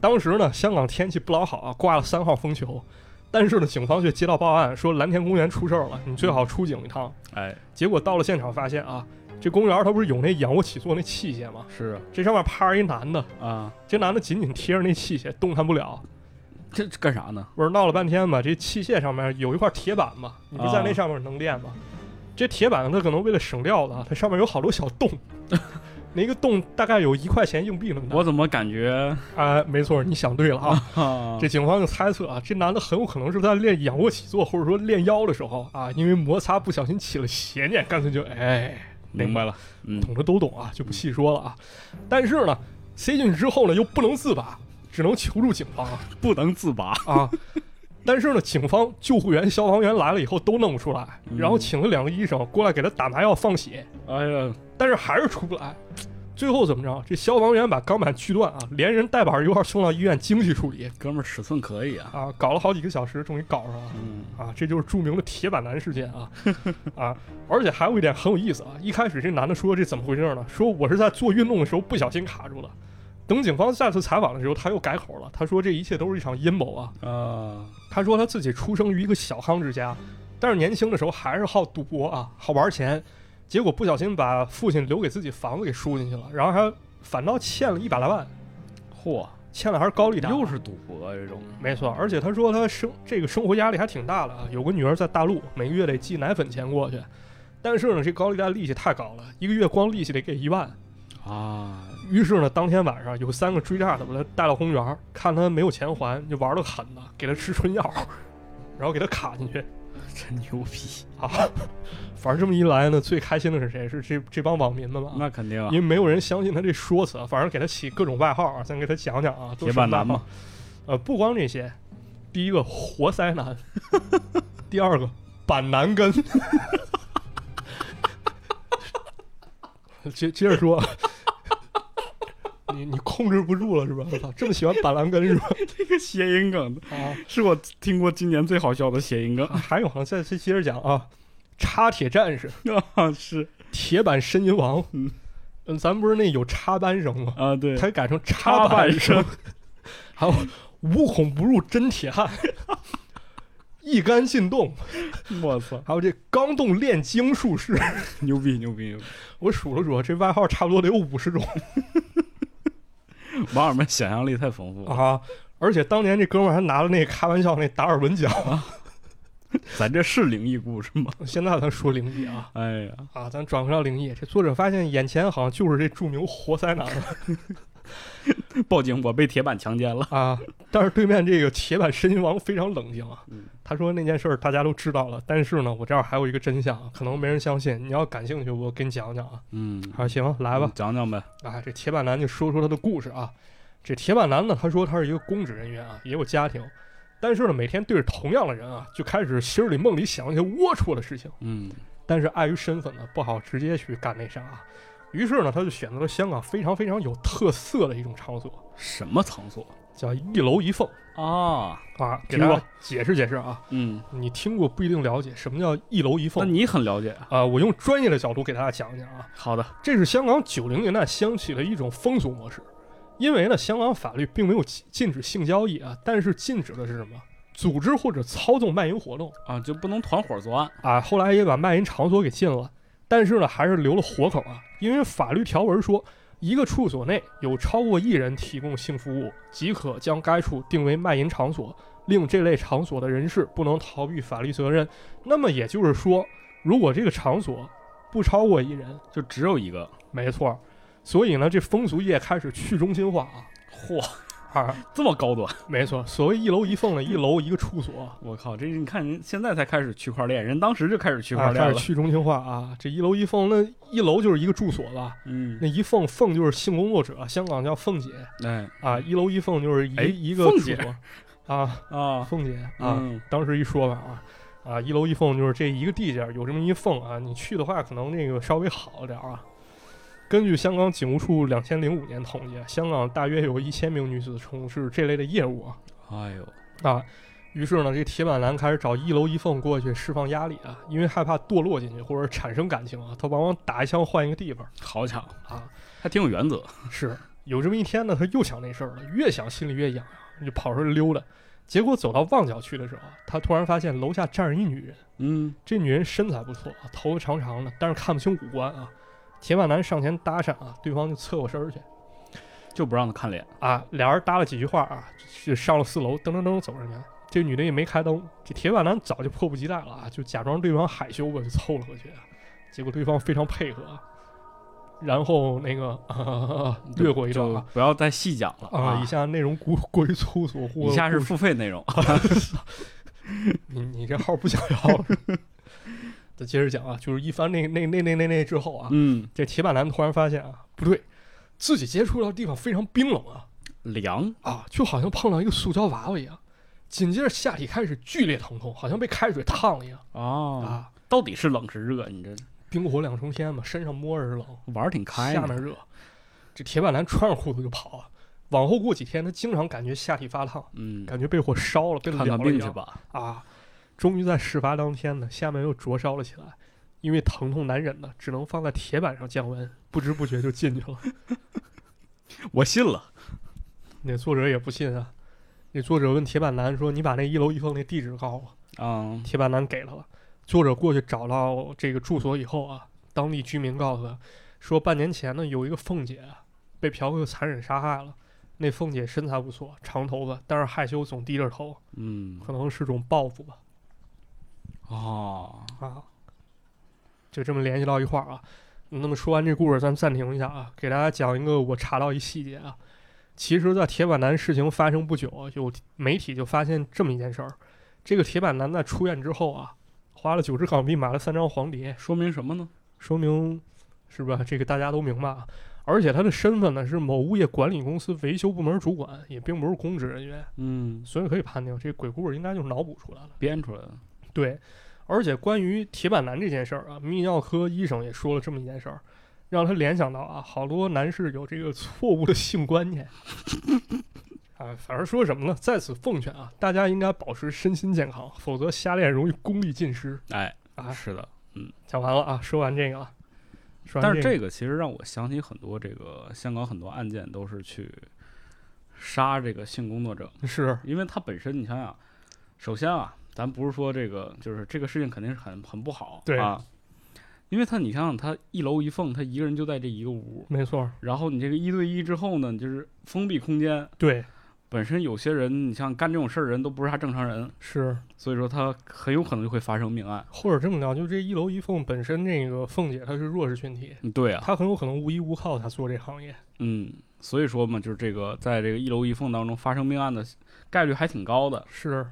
A: 当时呢，香港天气不老好啊，挂了三号风球，但是呢，警方却接到报案说蓝田公园出事儿了，你最好出警一趟。
B: 哎，
A: 结果到了现场发现啊，这公园它不是有那仰卧起坐那器械吗？
B: 是
A: 这上面趴着一男的，
B: 啊，
A: 这男的紧紧贴着那器械，动弹不了。
B: 这这干啥呢？
A: 不是闹了半天嘛，这器械上面有一块铁板嘛，你
B: 啊
A: 不在那上面能练吗？这铁板它可能为了省料子啊，它上面有好多小 洞，那个洞大概有一块钱硬币那么大。
B: 我怎么感觉
A: 啊、没错，你想对了啊。
B: 啊，
A: 这警方就猜测啊，这男的很有可能是在练仰卧起坐或者说练腰的时候啊，因为摩擦不小心起了邪念，干脆就哎，
B: 明白了，嗯，
A: 懂的都懂啊，就不细说了啊。但是呢，塞进去之后呢，又不能自拔，只能求助警方啊。
B: 不能自拔，
A: 啊。但是呢，警方、救护员、消防员来了以后都弄不出来，
B: 嗯
A: 然后请了两个医生过来给他打麻药放血，
B: 哎呀，
A: 但是还是出不来。最后怎么着？这消防员把钢板锯断啊，连人带板一块儿送到医院经济处理
B: 哥们儿尺寸可以啊，
A: 啊，搞了好几个小时，终于搞上了
B: 嗯，
A: 啊！这就是著名的铁板男事件啊啊！而且还有一点很有意思啊，一开始这男的说这怎么回事呢？说我是在做运动的时候不小心卡住了。等警方再次采访的时候，他又改口了，他说这一切都是一场阴谋啊。
B: 啊，
A: 他说他自己出生于一个小康之家，但是年轻的时候还是好赌博啊，好玩钱，结果不小心把父亲留给自己房子给输进去了，然后还反倒欠了一百来万，
B: 嚯，
A: 欠了还是高利贷。啊
B: 又是赌博啊这种，
A: 没错，而且他说他生这个生活压力还挺大的啊，有个女儿在大陆，每个月得寄奶粉钱过去，但是呢，这高利贷利息太高了，一个月光利息得给一万。
B: 啊，
A: 于是呢，当天晚上有三个追债的把他带到公园，看他没有钱还，就玩的狠的，给他吃春药，然后给他卡进去，
B: 真牛逼，
A: 啊， 反正这么一来呢，最开心的是谁？是这这帮网民们嘛？
B: 那肯定啊
A: 因，为没有人相信他这说辞，反正给他起各种外号啊，咱给他讲讲啊。都
B: 铁
A: 什
B: 板
A: 么外
B: 男
A: 号
B: 嘛，
A: 呃，不光这些，第一个活塞 男，第二个板男根。接接着说，你你控制不住了是吧？我操，这么喜欢板蓝根是吧？
B: 这个谐音梗
A: 啊，
B: 是我听过今年最好笑的谐音梗
A: 还有呢，再再接着讲啊，插铁战士，
B: 啊，是
A: 铁板呻吟王，
B: 嗯
A: 嗯，咱不是那有插班生吗？
B: 啊，对，
A: 他改成
B: 插
A: 插
B: 板
A: 班
B: 生
A: 生，还有无孔不入真铁汉， 一杆进洞，
B: 我操，
A: 还有这钢洞炼精术士。
B: 牛逼牛逼牛逼，
A: 我数了数，这外号差不多得有五十种
B: 网友们想象力太丰富了，
A: 啊！而且当年这哥们儿还拿了那个开玩笑那达尔文奖，
B: 咱这是灵异故事吗？
A: 现在咱说灵异啊。
B: 哎呀，
A: 啊，咱转回到灵异，这作者发现眼前好像就是这著名活塞男了
B: 哎报警，我被铁板强奸了，
A: 啊！但是对面这个铁板神音王非常冷静啊，
B: 嗯
A: 他说那件事儿大家都知道了，但是呢，我这儿还有一个真相，啊可能没人相信。你要感兴趣，我给你讲讲啊。
B: 嗯，
A: 啊，行，来吧
B: 你。讲讲呗，
A: 啊，这铁板男就说说他的故事啊。这铁板男呢，他说他是一个公职人员啊，也有家庭，但是呢，每天对着同样的人啊，就开始心里梦里想一些龌龊的事情。
B: 嗯，
A: 但是碍于身份呢，不好直接去干那啥、啊。于是呢，他就选择了香港非常非常有特色的一种场所，
B: 什么场所
A: 叫一楼一凤
B: 啊？
A: 啊。给
B: 听
A: 大
B: 过
A: 家解释解释啊，
B: 嗯，
A: 你听过不一定了解什么叫一楼一
B: 那
A: 凤。
B: 你很了解啊。
A: 啊、我用专业的角度给大家讲一讲啊。
B: 好的，
A: 这是香港九零年代兴起的一种风俗模式，因为呢，香港法律并没有禁禁止性交易啊，但是禁止的是什么？组织或者操纵卖淫活动
B: 啊，就不能团伙作案
A: 啊。后来也把卖淫场所给禁了，但是呢，还是留了活口啊，因为法律条文说，一个处所内有超过一人提供性服务，即可将该处定为卖淫场所，令这类场所的人士不能逃避法律责任。那么也就是说，如果这个场所不超过一人，
B: 就只有一个。
A: 没错儿，所以呢，这风俗业开始去中心化啊
B: 嚯，
A: 啊，
B: 这么高端！
A: 没错，所谓一楼一凤呢，一楼一个处所，啊
B: 我靠，这你看人现在才开始区块链，人当时就开始区块
A: 啊开
B: 链
A: 始
B: 了。
A: 去中心化啊，这一楼一凤，那一楼就是一个住所吧，
B: 嗯，
A: 那一凤凤就是性工作者，香港叫凤姐
B: 哎
A: 啊，一楼一凤就是一、
B: 哎
A: 一个
B: 凤
A: 处
B: 姐
A: 所啊，
B: 啊
A: 凤姐啊，
B: 嗯
A: 当时一说法啊。啊，一楼一凤就是这一个地界儿有这么一凤啊，你去的话可能那个稍微好点儿啊。根据香港警务处两千零五年统计，香港大约有一千名女子从事这类的业务啊。
B: 哎呦，
A: 啊。于是呢，这铁板男开始找一楼一缝过去释放压力啊，因为害怕堕落进去或者产生感情啊，他往往打一枪换一个地方
B: 好家伙，
A: 啊。
B: 还挺有原则。
A: 是有这么一天呢，他又想那事儿了，越想心里越痒痒，就跑出来溜达。结果走到旺角区的时候，他突然发现楼下站着一女人，
B: 嗯，
A: 这女人身材不错啊，头发长长的，但是看不清五官啊。铁板男上前搭讪啊，对方就侧过身儿去
B: 就不让他看脸。
A: 啊，俩人搭了几句话啊，就上了四楼，噔噔噔走上去了。这女的也没开灯，这铁板男早就迫不及待了啊，就假装对方害羞吧，就凑了过去啊。结果对方非常配合啊，然后那个、 啊略过一段
B: 就
A: 啊，
B: 不要再细讲了
A: 啊，以下内容 过过于粗俗，或
B: 以下是付费 内容。
A: 你你这号不想要了。 再接着讲啊，就是一番那那那那那那之后啊，
B: 嗯，
A: 这铁板男突然发现啊，不对，自己接触到的地方非常冰冷啊
B: 凉，
A: 啊，就好像碰到一个塑胶娃娃一样。紧接着下体开始剧烈疼痛，好像被开水烫了一样
B: 哦，
A: 啊！
B: 到底是冷是热？你这
A: 冰火两重天嘛，身上摸着是冷，
B: 玩儿挺开
A: 下
B: 的，
A: 面热。这铁板男穿上裤子就跑啊。往后过几天，他经常感觉下体发烫，
B: 嗯，
A: 感觉被火烧了，被燎
B: 看看
A: 了一
B: 病去
A: 样
B: 吧。
A: 啊！终于在事发当天呢，下面又灼烧了起来，因为疼痛难忍呢，只能放在铁板上降温，不知不觉就进去了。
B: 我信了，
A: 那作者也不信啊。那作者问铁板男说：“你把那一楼一凤那地址告我。
B: 嗯”，
A: 铁板男给了了。作者过去找到这个住所以后啊，当地居民告诉他说，半年前呢有一个凤姐啊被嫖客残忍杀害了。那凤姐身材不错，长头发，但是害羞总低着头，
B: 嗯，
A: 可能是种报复吧。
B: 哦，
A: 啊，就这么联系到一块儿啊。那么说完这故事，咱暂停一下啊，给大家讲一个我查到一细节啊。其实，在铁板男事情发生不久啊，有媒体就发现这么一件事儿：这个铁板男在出院之后啊，花了九十港币买了三张黄碟，
B: 说明什么呢？
A: 说明是吧？这个大家都明白啊。而且他的身份呢是某物业管理公司维修部门主管，也并不是公职人员，
B: 嗯，
A: 所以可以判定这鬼故事应该就是脑补出来的。
B: 编出来
A: 啊
B: 的。
A: 对，而且关于铁板男这件事儿啊，泌尿科医生也说了这么一件事儿，让他联想到啊，好多男士有这个错误的性观念。 啊，反正说什么呢？在此奉劝啊，大家应该保持身心健康，否则瞎练容易功力尽失。
B: 哎，
A: 啊
B: 是的。
A: 讲完了啊，说完这个了。说完
B: 但是
A: 这
B: 这个其实让我想起很多这个香港很多案件都是去杀这个性工作者，
A: 个是
B: 因为它本身你想想，首先啊，咱不是说这个，就是这个事情肯定是很很不好，
A: 对
B: 啊，因为他你想想，他一楼一缝，他一个人就在这一个屋，
A: 没错儿，
B: 然后你这个一对一之后呢，你就是封闭空间，
A: 对，
B: 本身有些人你像干这种事儿的人都不是啥正常人，
A: 是
B: 所以说他很有可能就会发生命案。
A: 或者这么聊，就这一楼一凤本身这个凤姐她是弱势群体，
B: 嗯对啊，
A: 她很有可能无依无靠，她做这行业。
B: 嗯，所以说嘛，就是这个在这个一楼一缝当中发生命案的概率还挺高的。
A: 是。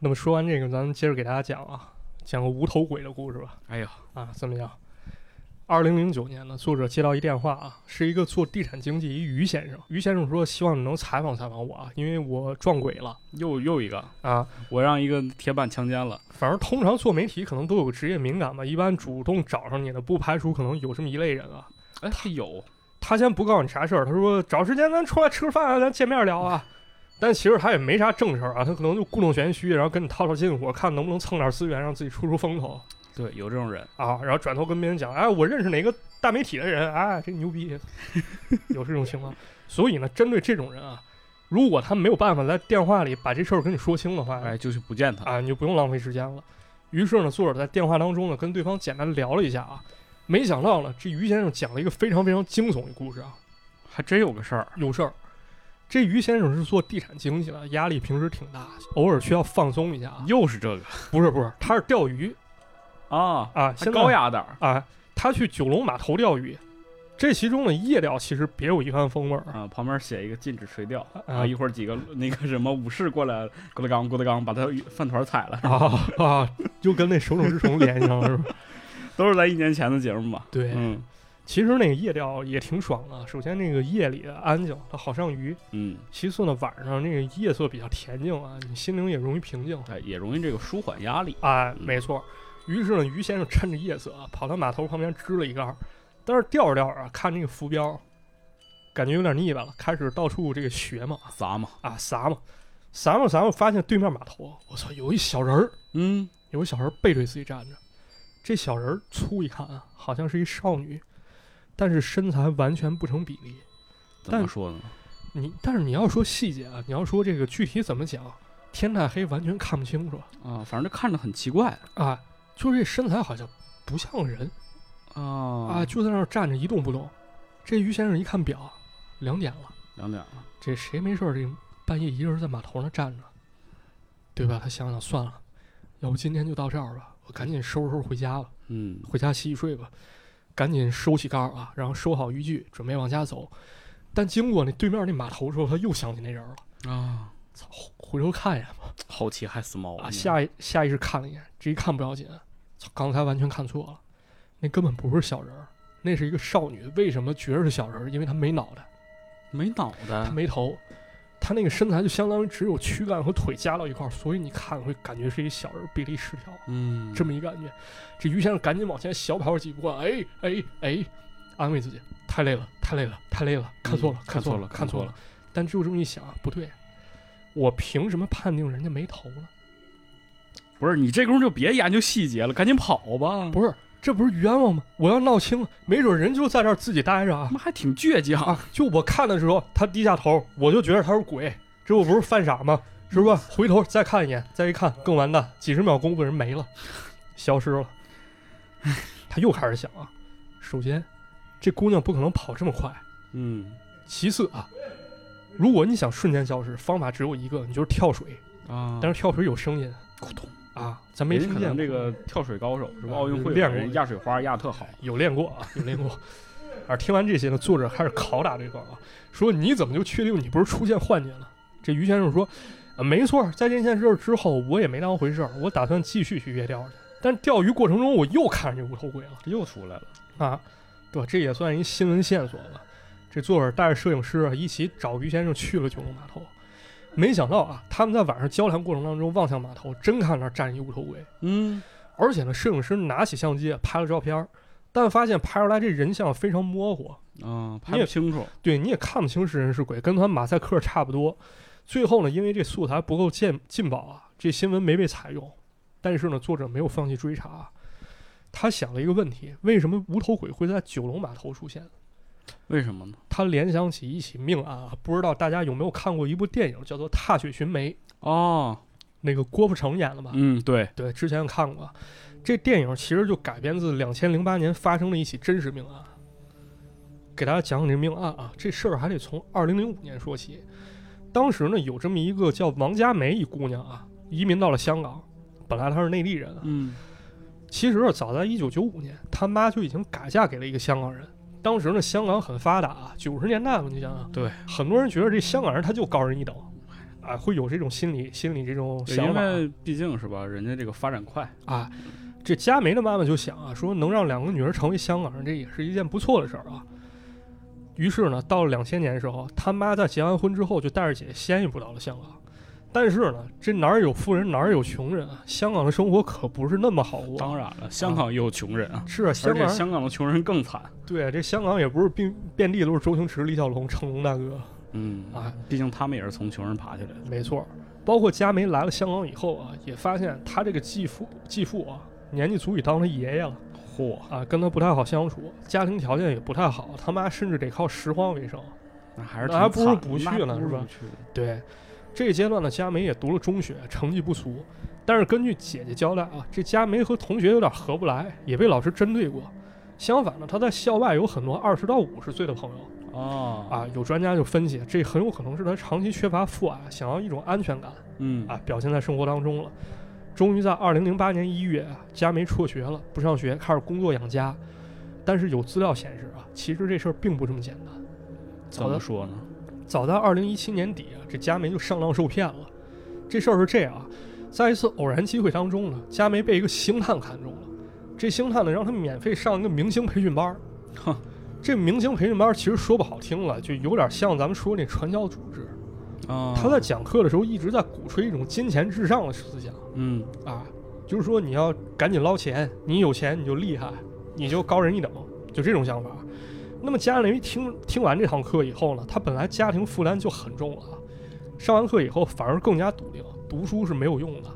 A: 那么说完这个，咱们接着给大家讲啊，讲个无头鬼的故事吧。
B: 哎呀，
A: 啊，怎么样？二零零九年呢，作者接到一电话啊，是一个做地产经纪一于先生。于先生说，希望你能采访采访我啊，因为我撞鬼了
B: 又又一个，
A: 啊。
B: 我让一个铁板强奸了。
A: 反正通常做媒体可能都有个职业敏感吧，一般主动找上你的，不排除可能有这么一类人啊。
B: 哎，是有，
A: 他先不告诉你啥事儿，他说找时间咱出来吃个饭啊，咱见面聊啊。但其实他也没啥正事儿啊，他可能就故弄玄虚，然后跟你套套近乎，看能不能蹭点资源，让自己出出风头。
B: 对，有这种人。
A: 啊，然后转头跟别人讲，哎，我认识哪个大媒体的人，哎，这牛逼，有这种情况。所以呢，针对这种人啊，如果他没有办法在电话里把这事儿跟你说清的话，
B: 哎，就去不见他。
A: 啊，你就不用浪费时间了。于是呢，作者在电话当中呢，跟对方简单聊了一下啊，没想到呢，这于先生讲了一个非常非常惊悚的故事啊，
B: 还真有个事儿。
A: 有事儿。这于先生是做地产经济的，压力平时挺大，偶尔需要放松一下啊。
B: 又是这个
A: 不是不是，他是钓鱼
B: 啊，
A: 啊，
B: 还
A: 现在
B: 高雅点儿
A: 啊，他去九龙码头钓鱼，这其中的夜钓其实别有一番风味儿啊
B: 啊，旁边写一个禁止垂钓
A: 啊
B: 啊，一会儿几个那个什么武士过来，郭德纲，郭德纲把他饭团踩了，
A: 啊 啊， 就跟那手冢治虫联系上了，是吧？
B: 都是在一年前的节目嘛。
A: 对，
B: 嗯
A: 其实那个夜钓也挺爽的。首先，那个夜里安静，它好上鱼；
B: 嗯，
A: 其次呢，晚上那个夜色比较恬静啊，你心灵也容易平静。
B: 哎，也容易这个舒缓压力。
A: 啊，没错。于是呢，于先生趁着夜色啊，跑到码头旁边支了一杆儿，但是钓着钓着啊，看这个浮标，感觉有点腻歪了，开始到处这个学嘛，
B: 砸嘛，
A: 啊撒嘛。散悠散悠发现对面码头，啊我操，有一小人儿，
B: 嗯，
A: 有个小人背对自己站着，这小人儿粗一看啊，好像是一少女，但是身材完全不成比例。
B: 怎
A: 但
B: 么说呢？
A: 你但是你要说细节啊，你要说这个具体怎么讲，天太黑完全看不清楚
B: 啊，反正这看着很奇怪
A: 啊，就是这身材好像不像人
B: 啊
A: 啊，
B: 啊，
A: 就在那儿站着一动不动。这于先生一看表，两点了，
B: 两点了，
A: 这谁没事儿这半夜一个人在码头那站着，对吧？他想想算了，要不今天就到这儿吧，我赶紧收拾收拾回家了。
B: 嗯
A: 回家洗洗睡吧，赶紧收起盖儿啊，然后收好渔具，准备往家走。但经过那对面那码头的时候，他又想起那人了，
B: 啊，
A: 操，回头看一眼吧，
B: 好奇害死猫
A: 啊，
B: 嗯
A: 下意下意识看了一眼，这一看不要紧，操，刚才完全看错了，那根本不是小人儿，那是一个少女。为什么觉着是小人儿？因为她没脑袋，
B: 没脑
A: 她
B: 袋，
A: 没头，她那个身材就相当于只有躯干和腿加到一块儿，所以你看会感觉是一小人儿比例失调。
B: 嗯，
A: 这么一感觉。这于先生赶紧往前小跑几步，哎哎哎，安慰自己，太累了，太累了，太累了，看错了，
B: 嗯
A: 看
B: 看
A: 错
B: 错
A: 了，
B: 了，
A: 看错了
B: 了。，
A: 但只有这么一想，啊不对，我凭什么判定人家没头呢？
B: 不是你这功夫就别研究细节了，赶紧跑吧，
A: 不是，这不是冤枉吗？我要闹清了，没准人就在这儿自己待着啊
B: 他妈还挺倔强，
A: 啊！就我看的时候，他低下头，我就觉得他是鬼，这我不是犯傻吗？是吧？回头再看一眼，再一看更完蛋，几十秒功夫人没了，消失了。他又开始想啊，首先，这姑娘不可能跑这么快；
B: 嗯
A: 其次啊，如果你想瞬间消失，方法只有一个，你就是跳水。
B: 啊，
A: 但是跳水有声音
B: 咕咚，
A: 啊，咱没
B: 人
A: 听
B: 可
A: 见
B: 能
A: 过
B: 这个跳水高手是吧？
A: 啊
B: 奥运会
A: 练
B: 嘛
A: 过
B: 人压水花压特好，
A: 有练过啊，有练过。而听完这些呢，作者开始拷打对方啊，说你怎么就确定你不是出现幻觉了？这于先生说，呃没错，在这件事之后，我也没当回事儿，我打算继续去夜钓去。但钓鱼过程中，我又看见这无头鬼了
B: 这又出来了，
A: 啊，对吧？这也算一新闻线索了。这作者带着摄影师啊一起找于先生去了九龙码头，没想到啊，他们在晚上交谈过程当中望向码头，真看那儿站着一无头鬼。
B: 嗯，
A: 而且呢，摄影师拿起相机拍了照片儿，但发现拍出来这人像非常模糊，
B: 啊，
A: 你
B: 拍
A: 也
B: 不清楚，
A: 对，你也看不清是人是鬼，跟他们马赛克差不多。最后呢，因为这素材不够鉴鉴宝啊，这新闻没被采用。但是呢，作者没有放弃追查，啊他想了一个问题：为什么无头鬼会在九龙码头出现？
B: 为什么呢？
A: 他联想起一起命案啊，不知道大家有没有看过一部电影叫做《踏雪寻梅》，
B: 哦，
A: 那个郭富城演的吧？
B: 嗯，对，
A: 对，之前看过。这电影其实就改编自两千零八年发生的一起真实命案。给大家讲讲这命案啊，这事儿还得从二零零五年说起。当时呢，有这么一个叫王佳梅一姑娘啊，移民到了香港。本来她是内地人啊，
B: 嗯，
A: 其实啊早在一九九五年，她妈就已经改嫁给了一个香港人。当时呢，香港很发达啊，九十年代嘛，你想想，
B: 对，
A: 很多人觉得这香港人他就高人一等，啊，会有这种心理心理这种
B: 对
A: 想
B: 因
A: 法啊。
B: 为毕竟是吧，人家这个发展快，
A: 啊，这佳梅的妈妈就想啊，说能让两个女儿成为香港人，这也是一件不错的事儿啊。于是呢，到了两千年的时候，他妈在结完婚之后就带着姐姐先一步到了香港。但是呢，这哪儿有富人哪儿有穷人啊？香港的生活可不是那么好过。
B: 当然了，香港也有穷人啊，
A: 是啊，香
B: 而且
A: 港
B: 香港的穷人更惨，
A: 对啊这香港也不是遍遍地都是周星驰、李小龙、成龙大哥，
B: 嗯
A: 啊，
B: 毕竟他们也是从穷人爬起来的，
A: 没错。包括佳梅来了香港以后啊，也发现她这个继父继父啊，年纪足以当她爷爷了。
B: 嚯，
A: 啊，跟他不太好相处，家庭条件也不太好，他妈甚至得靠拾荒为生。
B: 那还是
A: 那还
B: 挺
A: 不如
B: 惨
A: 不去呢
B: 那不
A: 是
B: 如
A: 吧
B: 不去了
A: 对，这个阶段呢，佳梅也读了中学，成绩不俗，但是根据姐姐交代啊，这佳梅和同学有点合不来，也被老师针对过。相反呢，她在校外有很多二十到五十岁的朋友
B: 哦，
A: 啊，有专家就分析，这很有可能是她长期缺乏父爱，想要一种安全感
B: 嗯，
A: 啊，表现在生活当中了。终于在二零零八年一月啊，佳梅辍学了，不上学，开始工作养家。但是有资料显示啊，其实这事儿并不这么简单。
B: 怎么说呢？
A: 早在二零一七年底啊，这佳梅就上当受骗了。这事儿是这样啊，在一次偶然机会当中呢，佳梅被一个星探看中了。这星探呢，让她免费上一个明星培训班儿。
B: 哼，
A: 这明星培训班儿其实说不好听了，就有点像咱们说那传销组织。
B: 啊，
A: 他在讲课的时候一直在鼓吹一种金钱至上的思想
B: 嗯，
A: 啊，就是说你要赶紧捞钱，你有钱你就厉害，你就高人一等，就这种想法。那么家里人一听听完这堂课以后呢，他本来家庭负担就很重了啊，上完课以后反而更加笃定，读书是没有用的，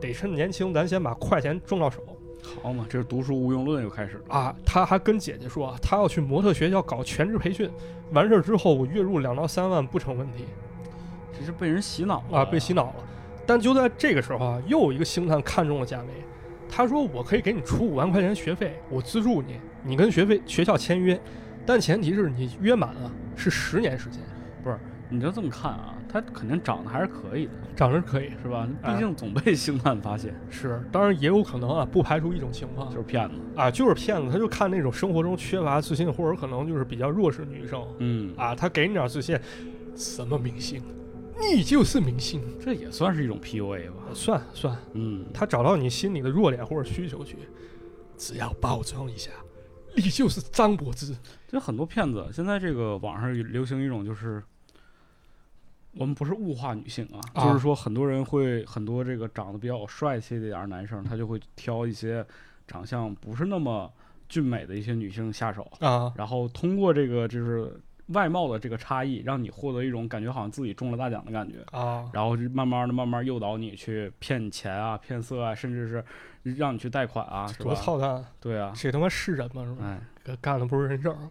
A: 得趁年轻，咱先把快钱挣到手
B: 好嘛，这是读书无用论又开始了。
A: 啊！他还跟姐姐说，啊他要去模特学校搞全职培训，完事儿之后我月入两到三万不成问题
B: 这是被人洗脑了
A: 啊，被洗。脑了。但就在这个时候啊，又有一个星探看中了贾梅，他说我可以给你出五万块钱学费，我资助你，你跟学费学校签约，但前提是你约满啊是十年时间，
B: 你就这么看啊，他肯定长得还是可以的，
A: 涨是可以。
B: 是吧？
A: 哎
B: 毕竟总被 星探发现，
A: 是，当然也有可能啊，不排除一种情况
B: 就是骗子。
A: 啊，就是骗子，他就看那种生活中缺乏自信，或者可能就是比较弱势女生
B: 嗯，
A: 啊，他给你点自信，什么明星，你就是明星，
B: 这也算是一种 PUA 吧？
A: 算算，
B: 嗯，
A: 他找到你心里的弱点或者需求去，只要包装一下，你就是张柏芝，
B: 就很多骗子，现在这个网上流行一种就是，我们不是物化女性啊，
A: 啊
B: 就是说很多人会很多这个长得比较帅气的一点儿男生，他就会挑一些长相不是那么俊美的一些女性下手，
A: 啊
B: 然后通过这个就是外貌的这个差异，让你获得一种感觉好像自己中了大奖的感觉。
A: 啊
B: 然后就慢慢的、慢慢诱导你去骗钱啊、骗色啊，甚至是让你去贷款啊，是吧
A: 多？操蛋，
B: 对啊，
A: 这他妈是人吗？是吧？
B: 哎，
A: 干干的不是人事儿。啊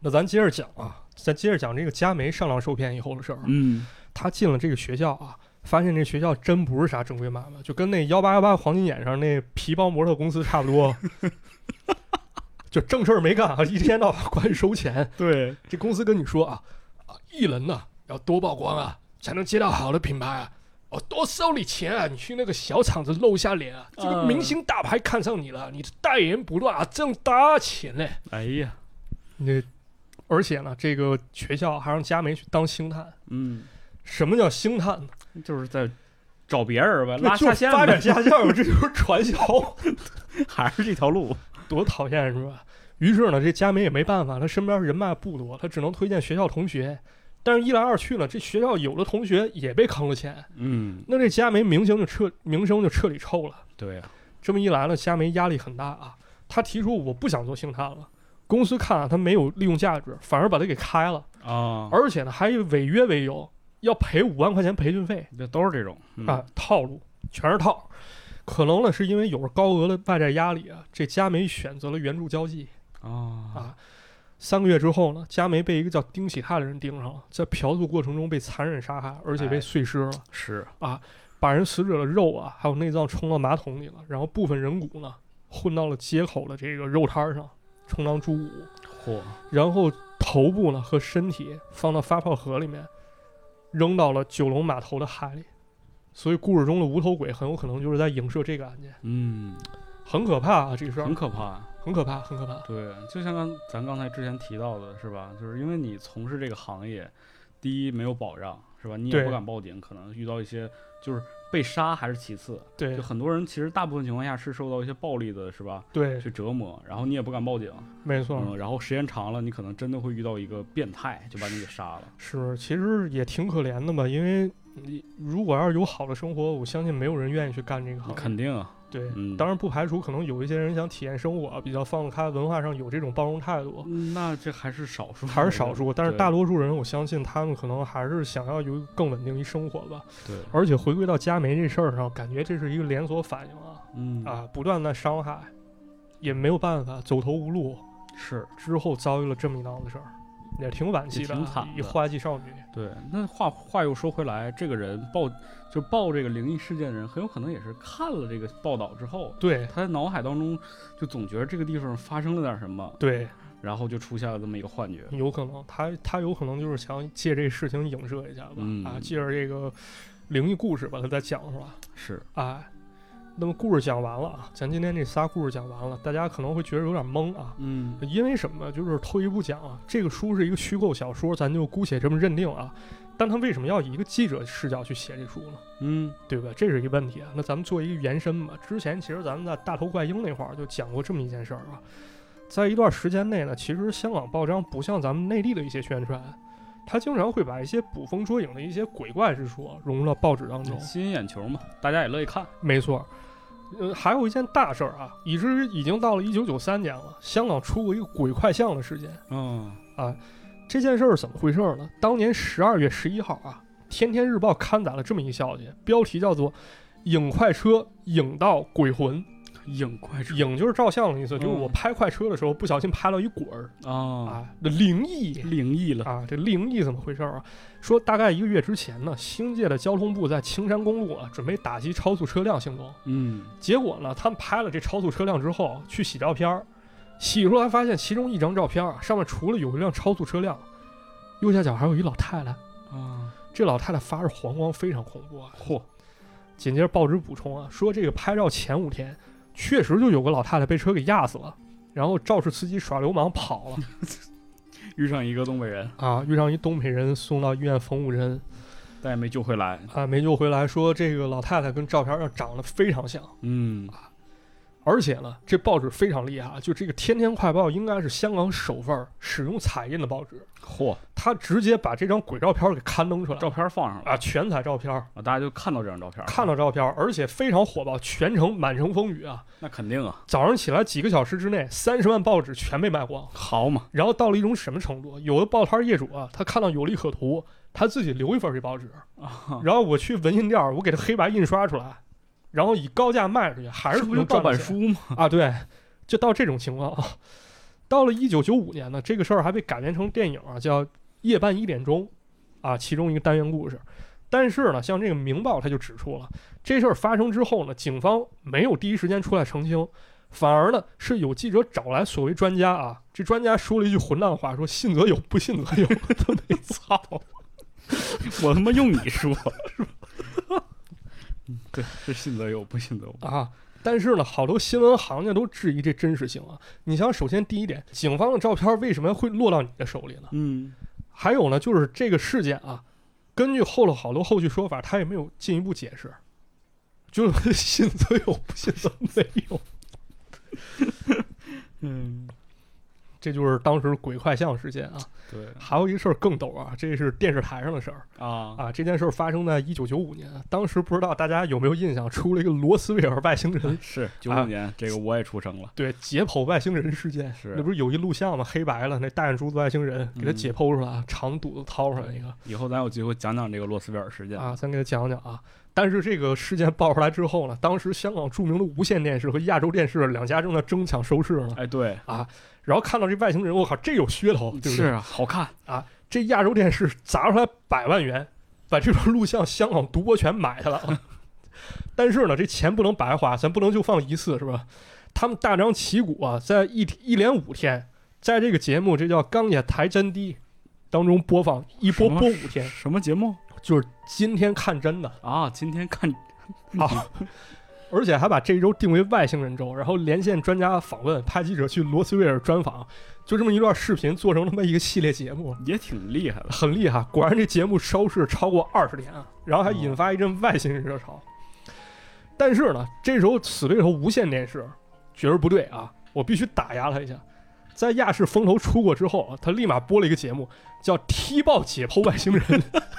A: 那咱接着讲啊，咱接着讲这个佳梅上当受骗以后的事儿。
B: 嗯，
A: 他进了这个学校啊，发现这学校真不是啥正规买卖，就跟那幺八幺八黄金眼上那皮包模特公司差不 多，就正事儿没干啊，一天到晚管收钱。
B: 对，
A: 这公司跟你说啊，啊艺人呢、要多曝光啊，才能接到好的品牌啊。哦，多收你钱啊！你去那个小厂子露一下脸啊，这个
B: 嗯
A: 明星大牌看上你了，你代言不乱啊，挣大钱嘞。
B: 哎呀，
A: 那而且呢，这个学校还让佳梅去当星探。
B: 嗯。
A: 什么叫星探呢？
B: 就是在找别人呗，
A: 那
B: 拉
A: 就
B: 下线
A: 发展
B: 呗，
A: 下线，我这就是传销，
B: 还是这条路。
A: 多讨厌是吧？ 于是呢，这佳梅也没办法，她身边人脉不多，她只能推荐学校同学。但是，一来二去呢，这学校有的同学也被坑了钱，
B: 嗯，
A: 那这佳梅名声就彻名声就彻底臭了。
B: 对啊呀、
A: 这么一来呢，佳梅压力很大啊。她提出我不想做星探了，公司看啊她没有利用价值，反而把她给开了，
B: 啊，
A: 而且呢还以违约为由要赔五万块钱培训费。
B: 这都是这种、嗯
A: 啊，套路，全是套。可能呢，是因为有着高额的外债压力啊，这佳梅选择了援助交际。
B: 啊
A: 啊三个月之后呢，佳梅被一个叫丁喜泰的人盯上了，在嫖宿过程中被残忍杀害，而且被
B: 哎
A: 碎尸了，
B: 是
A: 把人死者的肉啊，还有内脏冲到马桶里了，然后部分人骨呢混到了街口的这个肉摊儿上，充当猪骨，
B: 嚯，
A: 然后头部呢和身体放到发泡盒里面，扔到了九龙码头的海里。所以故事中的无头鬼很有可能就是在影射这个案件。
B: 嗯，
A: 很可怕啊，这个事儿
B: 很可怕。
A: 很可怕，很可怕。
B: 对，啊就像刚咱刚才之前提到的是吧？就是因为你从事这个行业，第一没有保障是吧？你也
A: 对
B: 不敢报警，可能遇到一些就是被杀还是其次。
A: 对
B: 就很多人其实大部分情况下是受到一些暴力的是吧？
A: 对，
B: 去折磨，然后你也不敢报警，
A: 没错，
B: 嗯，然后时间长了，你可能真的会遇到一个变态，就把你给杀了。
A: 是其实也挺可怜的吧，因为你如果要是有好的生活，我相信没有人愿意去干这个行业。
B: 肯定啊，
A: 对，
B: 嗯
A: 当然不排除可能有一些人想体验生活，啊比较放得开，文化上有这种包容态度，
B: 嗯那这还是少数，
A: 哦还是少数。但是
B: 嗯对
A: 大多数人，我相信他们可能还是想要有一个更稳定一生活吧。
B: 对，
A: 而且回归到佳梅这事儿上，感觉这是一个连锁反应啊
B: 嗯
A: 啊，不断的伤害，也没有办法，走投无路。
B: 是
A: 之后遭遇了这么一档子事儿，也挺惋惜的啊，
B: 也挺惨的
A: 一花季少女。
B: 对。那话话又说回来，这个人报就报这个灵异事件的人，很有可能也是看了这个报道之后，
A: 对
B: 他在脑海当中就总觉得这个地方发生了点什么，
A: 对，
B: 然后就出现了这么一个幻觉。
A: 有可能他他有可能就是想借这事情影射一下吧，
B: 嗯
A: 啊，借着这个灵异故事把它再讲出来。
B: 是，
A: 哎，那么故事讲完了啊，咱今天这仨故事讲完了，大家可能会觉得有点懵啊。
B: 嗯，
A: 因为什么呢？就是退一步讲啊，这个书是一个虚构小说，咱就姑且这么认定啊。但他为什么要以一个记者视角去写这书呢？
B: 嗯，
A: 对吧？这是一个问题啊。那咱们做一个延伸吧。之前其实咱们在大头怪婴那块儿就讲过这么一件事儿啊，在一段时间内呢，其实香港报章不像咱们内地的一些宣传，它经常会把一些捕风捉影的一些鬼怪之说融入到报纸当中。
B: 嗯吸引眼球嘛，大家也乐意看。
A: 没错，呃，还有一件大事儿啊，以至于已经到了一九九三年了，香港出过一个鬼快像的事件。
B: 嗯，
A: 这件事儿是怎么回事儿呢？当年十二月十一号啊，天天日报》刊载了这么一消息，标题叫做“影快车影到鬼魂
B: 嗯影快”，车
A: 影就是照相的意思，就是我
B: 嗯
A: 拍快车的时候不小心拍到一滚儿
B: 啊，
A: 啊，这灵异
B: 灵异了，
A: 啊，这灵异怎么回事儿啊？说大概一个月之前呢，新界的交通部在青山公路啊，准备打击超速车辆行动。
B: 嗯，
A: 结果呢，他们拍了这超速车辆之后，去洗照片儿，洗出来发现其中一张照片啊，上面除了有一辆超速车辆，右下角还有一老太太。
B: 啊，
A: 这老太太发着黄光，非常恐怖啊！
B: 嚯，
A: 紧接着报纸补充啊，说这个拍照前五天，确实就有个老太太被车给压死了，然后肇事司机耍流氓跑了
B: 遇上一个东北人，
A: 啊，遇上一东北人送到医院缝五针
B: 但也没救回来，
A: 啊，没救回来。说这个老太太跟照片上长得非常像，
B: 嗯，
A: 啊而且呢，这报纸非常厉害啊，就这个《天天快报》应该是香港首份儿使用彩印的报纸，
B: 嚯，
A: 他直接把这张鬼照片给刊登出来了
B: 照片放上了
A: 啊，全彩照片，
B: 啊，大家就看到这张照片，
A: 看，到照片，而且非常火爆，全城满城风雨啊。
B: 那肯定啊，
A: 早上起来几个小时之内，三十万报纸全被卖光。
B: 好嘛，
A: 然后到了一种什么程度？有的报摊业主啊，他看到有利可图，他自己留一份这报纸，
B: 啊，
A: 然后我去文印店儿，我给他黑白印刷出来，然后以高价卖出去，还
B: 是不
A: 能
B: 是就盗
A: 赚到
B: 版
A: 钱
B: 书嘛？
A: 啊？对，就到这种情况啊。到了一九九五年呢，这个事儿还被改编成电影啊，叫《夜半一点钟》，啊，其中一个单元故事。但是呢，像这个《明报》他就指出了，这事儿发生之后呢，警方没有第一时间出来澄清，反而呢是有记者找来所谓专家啊，这专家说了一句混蛋话，说信则有，不信则有。 他那操！
B: 我他妈用你说，是吧？ 嗯对，是信则有，不信则无。
A: 啊。但是呢，好多新闻行家都质疑这真实性啊。你想，首先第一点，警方的照片为什么会落到你的手里呢？
B: 嗯，
A: 还有呢，就是这个事件啊，根据后头好多后续说法，他也没有进一步解释，就是信则有，不信则没有。
B: 嗯，
A: 这就是当时鬼快像事件啊。
B: 对
A: 还有一事儿更逗啊，这是电视台上的事儿
B: 啊，
A: 啊。这件事儿发生在一九九五年，当时不知道大家有没有印象，出了一个罗斯威尔外星人
B: 是九
A: 啊
B: 五年，这个我也出生了。
A: 对解剖外星人事件，
B: 是
A: 那不是有一录像吗？黑白了，那戴眼珠子外星人给他
B: 嗯
A: 解剖出来，长肚子掏出来一个
B: 以后咱有机会讲讲这个洛斯威尔事件
A: 啊，咱给他讲讲啊。但是这个事件爆出来之后呢，当时香港著名的无线电视和亚洲电视两家正在争抢收视呢。
B: 哎，对，
A: 然后看到这外星人，我靠，这有噱头，对不
B: 是
A: 对？
B: 啊，好看，
A: 这亚洲电视砸出来百万元，把这段录像香港独播权买下来了。 但是呢，这钱不能白花，咱不能就放一次，是吧？他们大张旗鼓啊，在一一连五天，在这个节目这叫《钢铁台真谛》当中播放，一播
B: 什么
A: 播五天，
B: 什么节目
A: 就是今天看真的
B: 啊？今天看
A: 啊。而且还把这一周定为外星人周，然后连线专家访问，派记者去罗斯威尔专访，就这么一段视频做成他妈一个系列节目。
B: 也挺厉害的，
A: 很厉害，果然这节目收视超过二十点啊，然后还
B: 嗯
A: 引发一阵外星人热潮。但是呢，这时候此对头无线电视觉得不对啊，我必须打压他一下。在亚视风头出过之后啊，他立马播了一个节目，叫《踢爆解剖外星人》。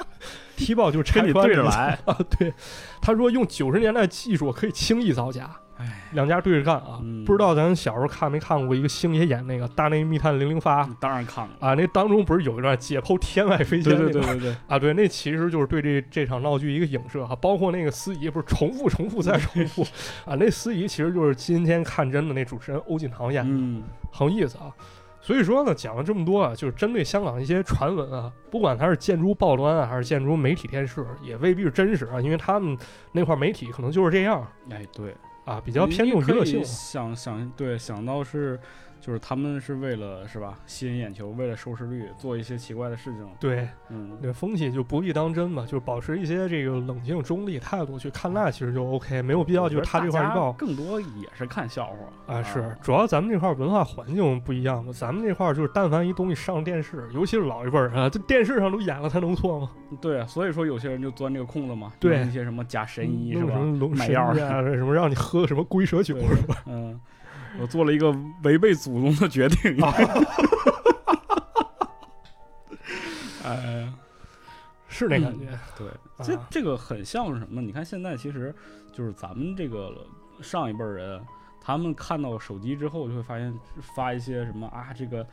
A: 踢爆就是拆
B: 跟你
A: 穿
B: 对着
A: 这个
B: 来，
A: 啊，对，他说用九十年代技术可以轻易造假，
B: 哎，
A: 两家对着干啊。
B: 嗯
A: 不知道咱小时候看没看过一个星爷演那个《大内密探零零发》
B: 你当然看了，
A: 啊，那当中不是有一段解剖天外飞仙
B: 对
A: 那
B: 对
A: 个
B: 对对对，
A: 啊，对，那其实就是对这这场闹剧一个影射哈，啊包括那个司仪不是重复、重复再重复
B: 嗯
A: 啊，那司仪其实就是今天看真的那主持人欧锦棠演的，
B: 嗯，
A: 很有意思啊。所以说呢，讲了这么多啊，就是针对香港一些传闻啊，不管它是建筑报端啊，还是建筑媒体电视，也未必是真实啊，因为他们那块媒体可能就是这样
B: 哎，对，
A: 啊，比
B: 比
A: 较偏重娱乐性
B: 想想对，想到是就是他们是为了是吧吸引眼球，为了收视率做一些奇怪的事情，
A: 对，
B: 嗯，
A: 那风气就不必当真嘛，就是保持一些这个冷静中立态度去看待，其实就 OK，没有必
B: 比
A: 要就是他这块一报
B: 更多也是看笑话
A: 啊，是，主要咱们这块儿文化环境不一样嘛，咱们这块儿就是但凡一东西上电视，尤其是老一辈儿啊，这电视上都演了，它能错吗？
B: 对，所以说有些人就钻这个空子嘛，
A: 对嗯
B: 弄一些什么假神医是
A: 弄
B: 吧
A: 什？么龙
B: 买药
A: 神 啊，什么让你喝什么龟蛇酒
B: 对
A: 是吧？
B: 嗯，我做了一个违背祖宗的决定。
A: 啊
B: 哎，
A: 是那感觉。
B: 对，
A: 啊
B: 这这个很像是什么？你看现在其实就是咱们这个上一辈儿人，他们看到手机之后就会发现发一些什么啊，这个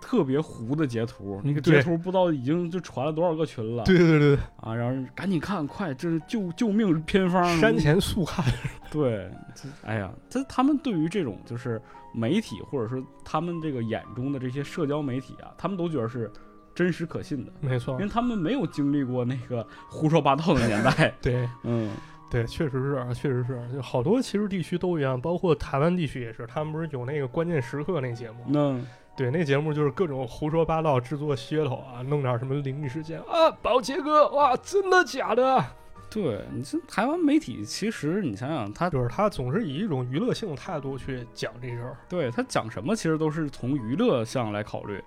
B: 特别糊的截图，那个
A: 嗯对
B: 截图不知道已经就传了多少个群了。
A: 对对对
B: 啊，然后赶紧看，快，这是救救命偏方。
A: 对，山前速看，
B: 对，这哎呀，这他们对于这种就是媒体，或者说他们这个眼中的这些社交媒体啊，他们都觉得是真实可信的，
A: 没错。
B: 因为，他们没有经历过那个胡说八道的年代
A: 对。
B: 嗯，
A: 对，确实是啊，确实是，就好多其实地区都一样，包括台湾地区也是，他们不是有那个关键时刻那节目，
B: 那
A: 对，那节目就是各种胡说八道，制作噱头啊，弄点什么灵异事件啊，保洁哥，哇，真的假的？
B: 对你这台湾媒体，其实你想想，他
A: 就是他总是以一种娱乐性的态度去讲这事儿，
B: 对他讲什么，其实都是从娱乐项来考虑，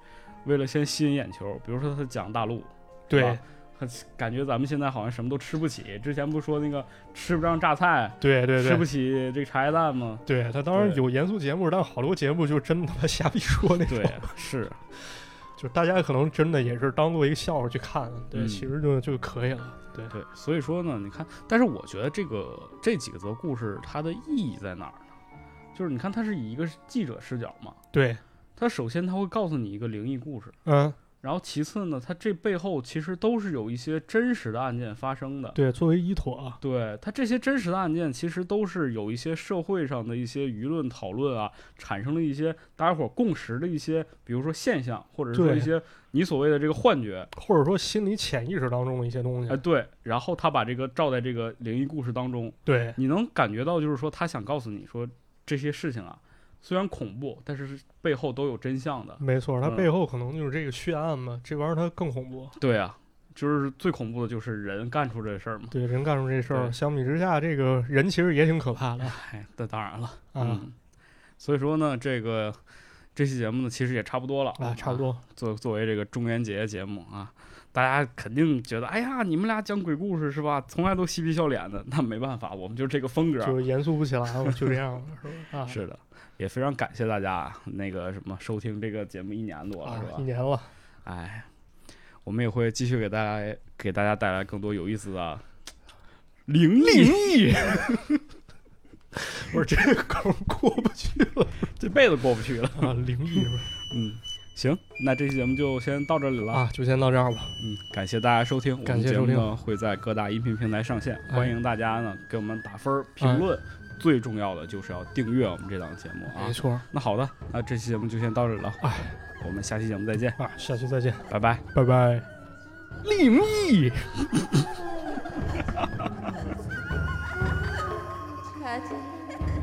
B: 为了先吸引眼球。比如说他讲大陆，
A: 对、
B: 啊他感觉咱们现在好像什么都吃不起。之前不是说那个吃不上榨菜，
A: 对对
B: 吃不
A: 对，
B: 起这个茶叶蛋 吗？
A: 对他当然
B: 对
A: 有严肃节目，但好多节目就真他妈瞎逼说那种，
B: 对，是，
A: 就大家可能真的也是当做一个笑话去看，对，
B: 嗯
A: 其实就就可以了，对，
B: 对，所以说呢，你看，但是我觉得这个这几个则故事它的意义在哪儿呢？就是你看，它是以一个记者视角嘛，
A: 对，
B: 它首先它会告诉你一个灵异故事，
A: 嗯，
B: 然后其次呢，它这背后其实都是有一些真实的案件发生的。
A: 对，作为依托啊，
B: 对它这些真实的案件，其实都是有一些社会上的一些舆论讨论啊，产生了一些大家伙儿共识的一些，比如说现象，或者是说
A: 对
B: 一些你所谓的这个幻觉，
A: 或者说心理潜意识当中的一些东西，
B: 哎，对，然后他把这个照在这个灵异故事当中，
A: 对，
B: 你能感觉到，就是说他想告诉你说这些事情啊，虽然恐怖，但是是背后都有真相的。
A: 没错，它
B: 嗯
A: 背后可能就是这个血案嘛，这玩意儿它更恐怖。
B: 对啊，就是最恐怖的就是人干出这事儿嘛。
A: 对人干出这事儿，
B: 对
A: 相比之下，这个人其实也挺可怕的
B: 哎，那当然了
A: 啊
B: 嗯。所以说呢，这个这期节目呢，其实也差不多了
A: 啊，差不。多。
B: 作作为这个中元节节目啊，大家肯定觉得，哎呀，你们俩讲鬼故事是吧？从来都嬉皮笑脸的，那没办法，我们就是这个风格。
A: 就严肃不起来了，就这样了，啊是吧？啊，
B: 是的，也非常感谢大家啊那个什么收听这个节目一年多了，
A: 啊
B: 是吧？，
A: 一年了，
B: 哎，我们也会继续给大家给大家带来更多有意思的灵异，
A: 我说这个梗过不去了
B: 这辈子过不去了。
A: 啊，灵异是吧？
B: 嗯，行，那这期节目就先到这里了。
A: 啊，就先到这儿吧。
B: 嗯，感谢大家收听，
A: 感谢
B: 我
A: 收
B: 们节
A: 听
B: 目呢会在各大音频平台上线，
A: 哎
B: 欢迎大家呢给我们打分儿、评论。最重要的就是要订阅我们这档节目啊
A: 没！错
B: 那好的，那这期节目就先到这里了。
A: 哎，
B: 我们下期节目再见，
A: 啊，下期再见，
B: 拜拜。
A: 拜拜。灵异。
C: 찾아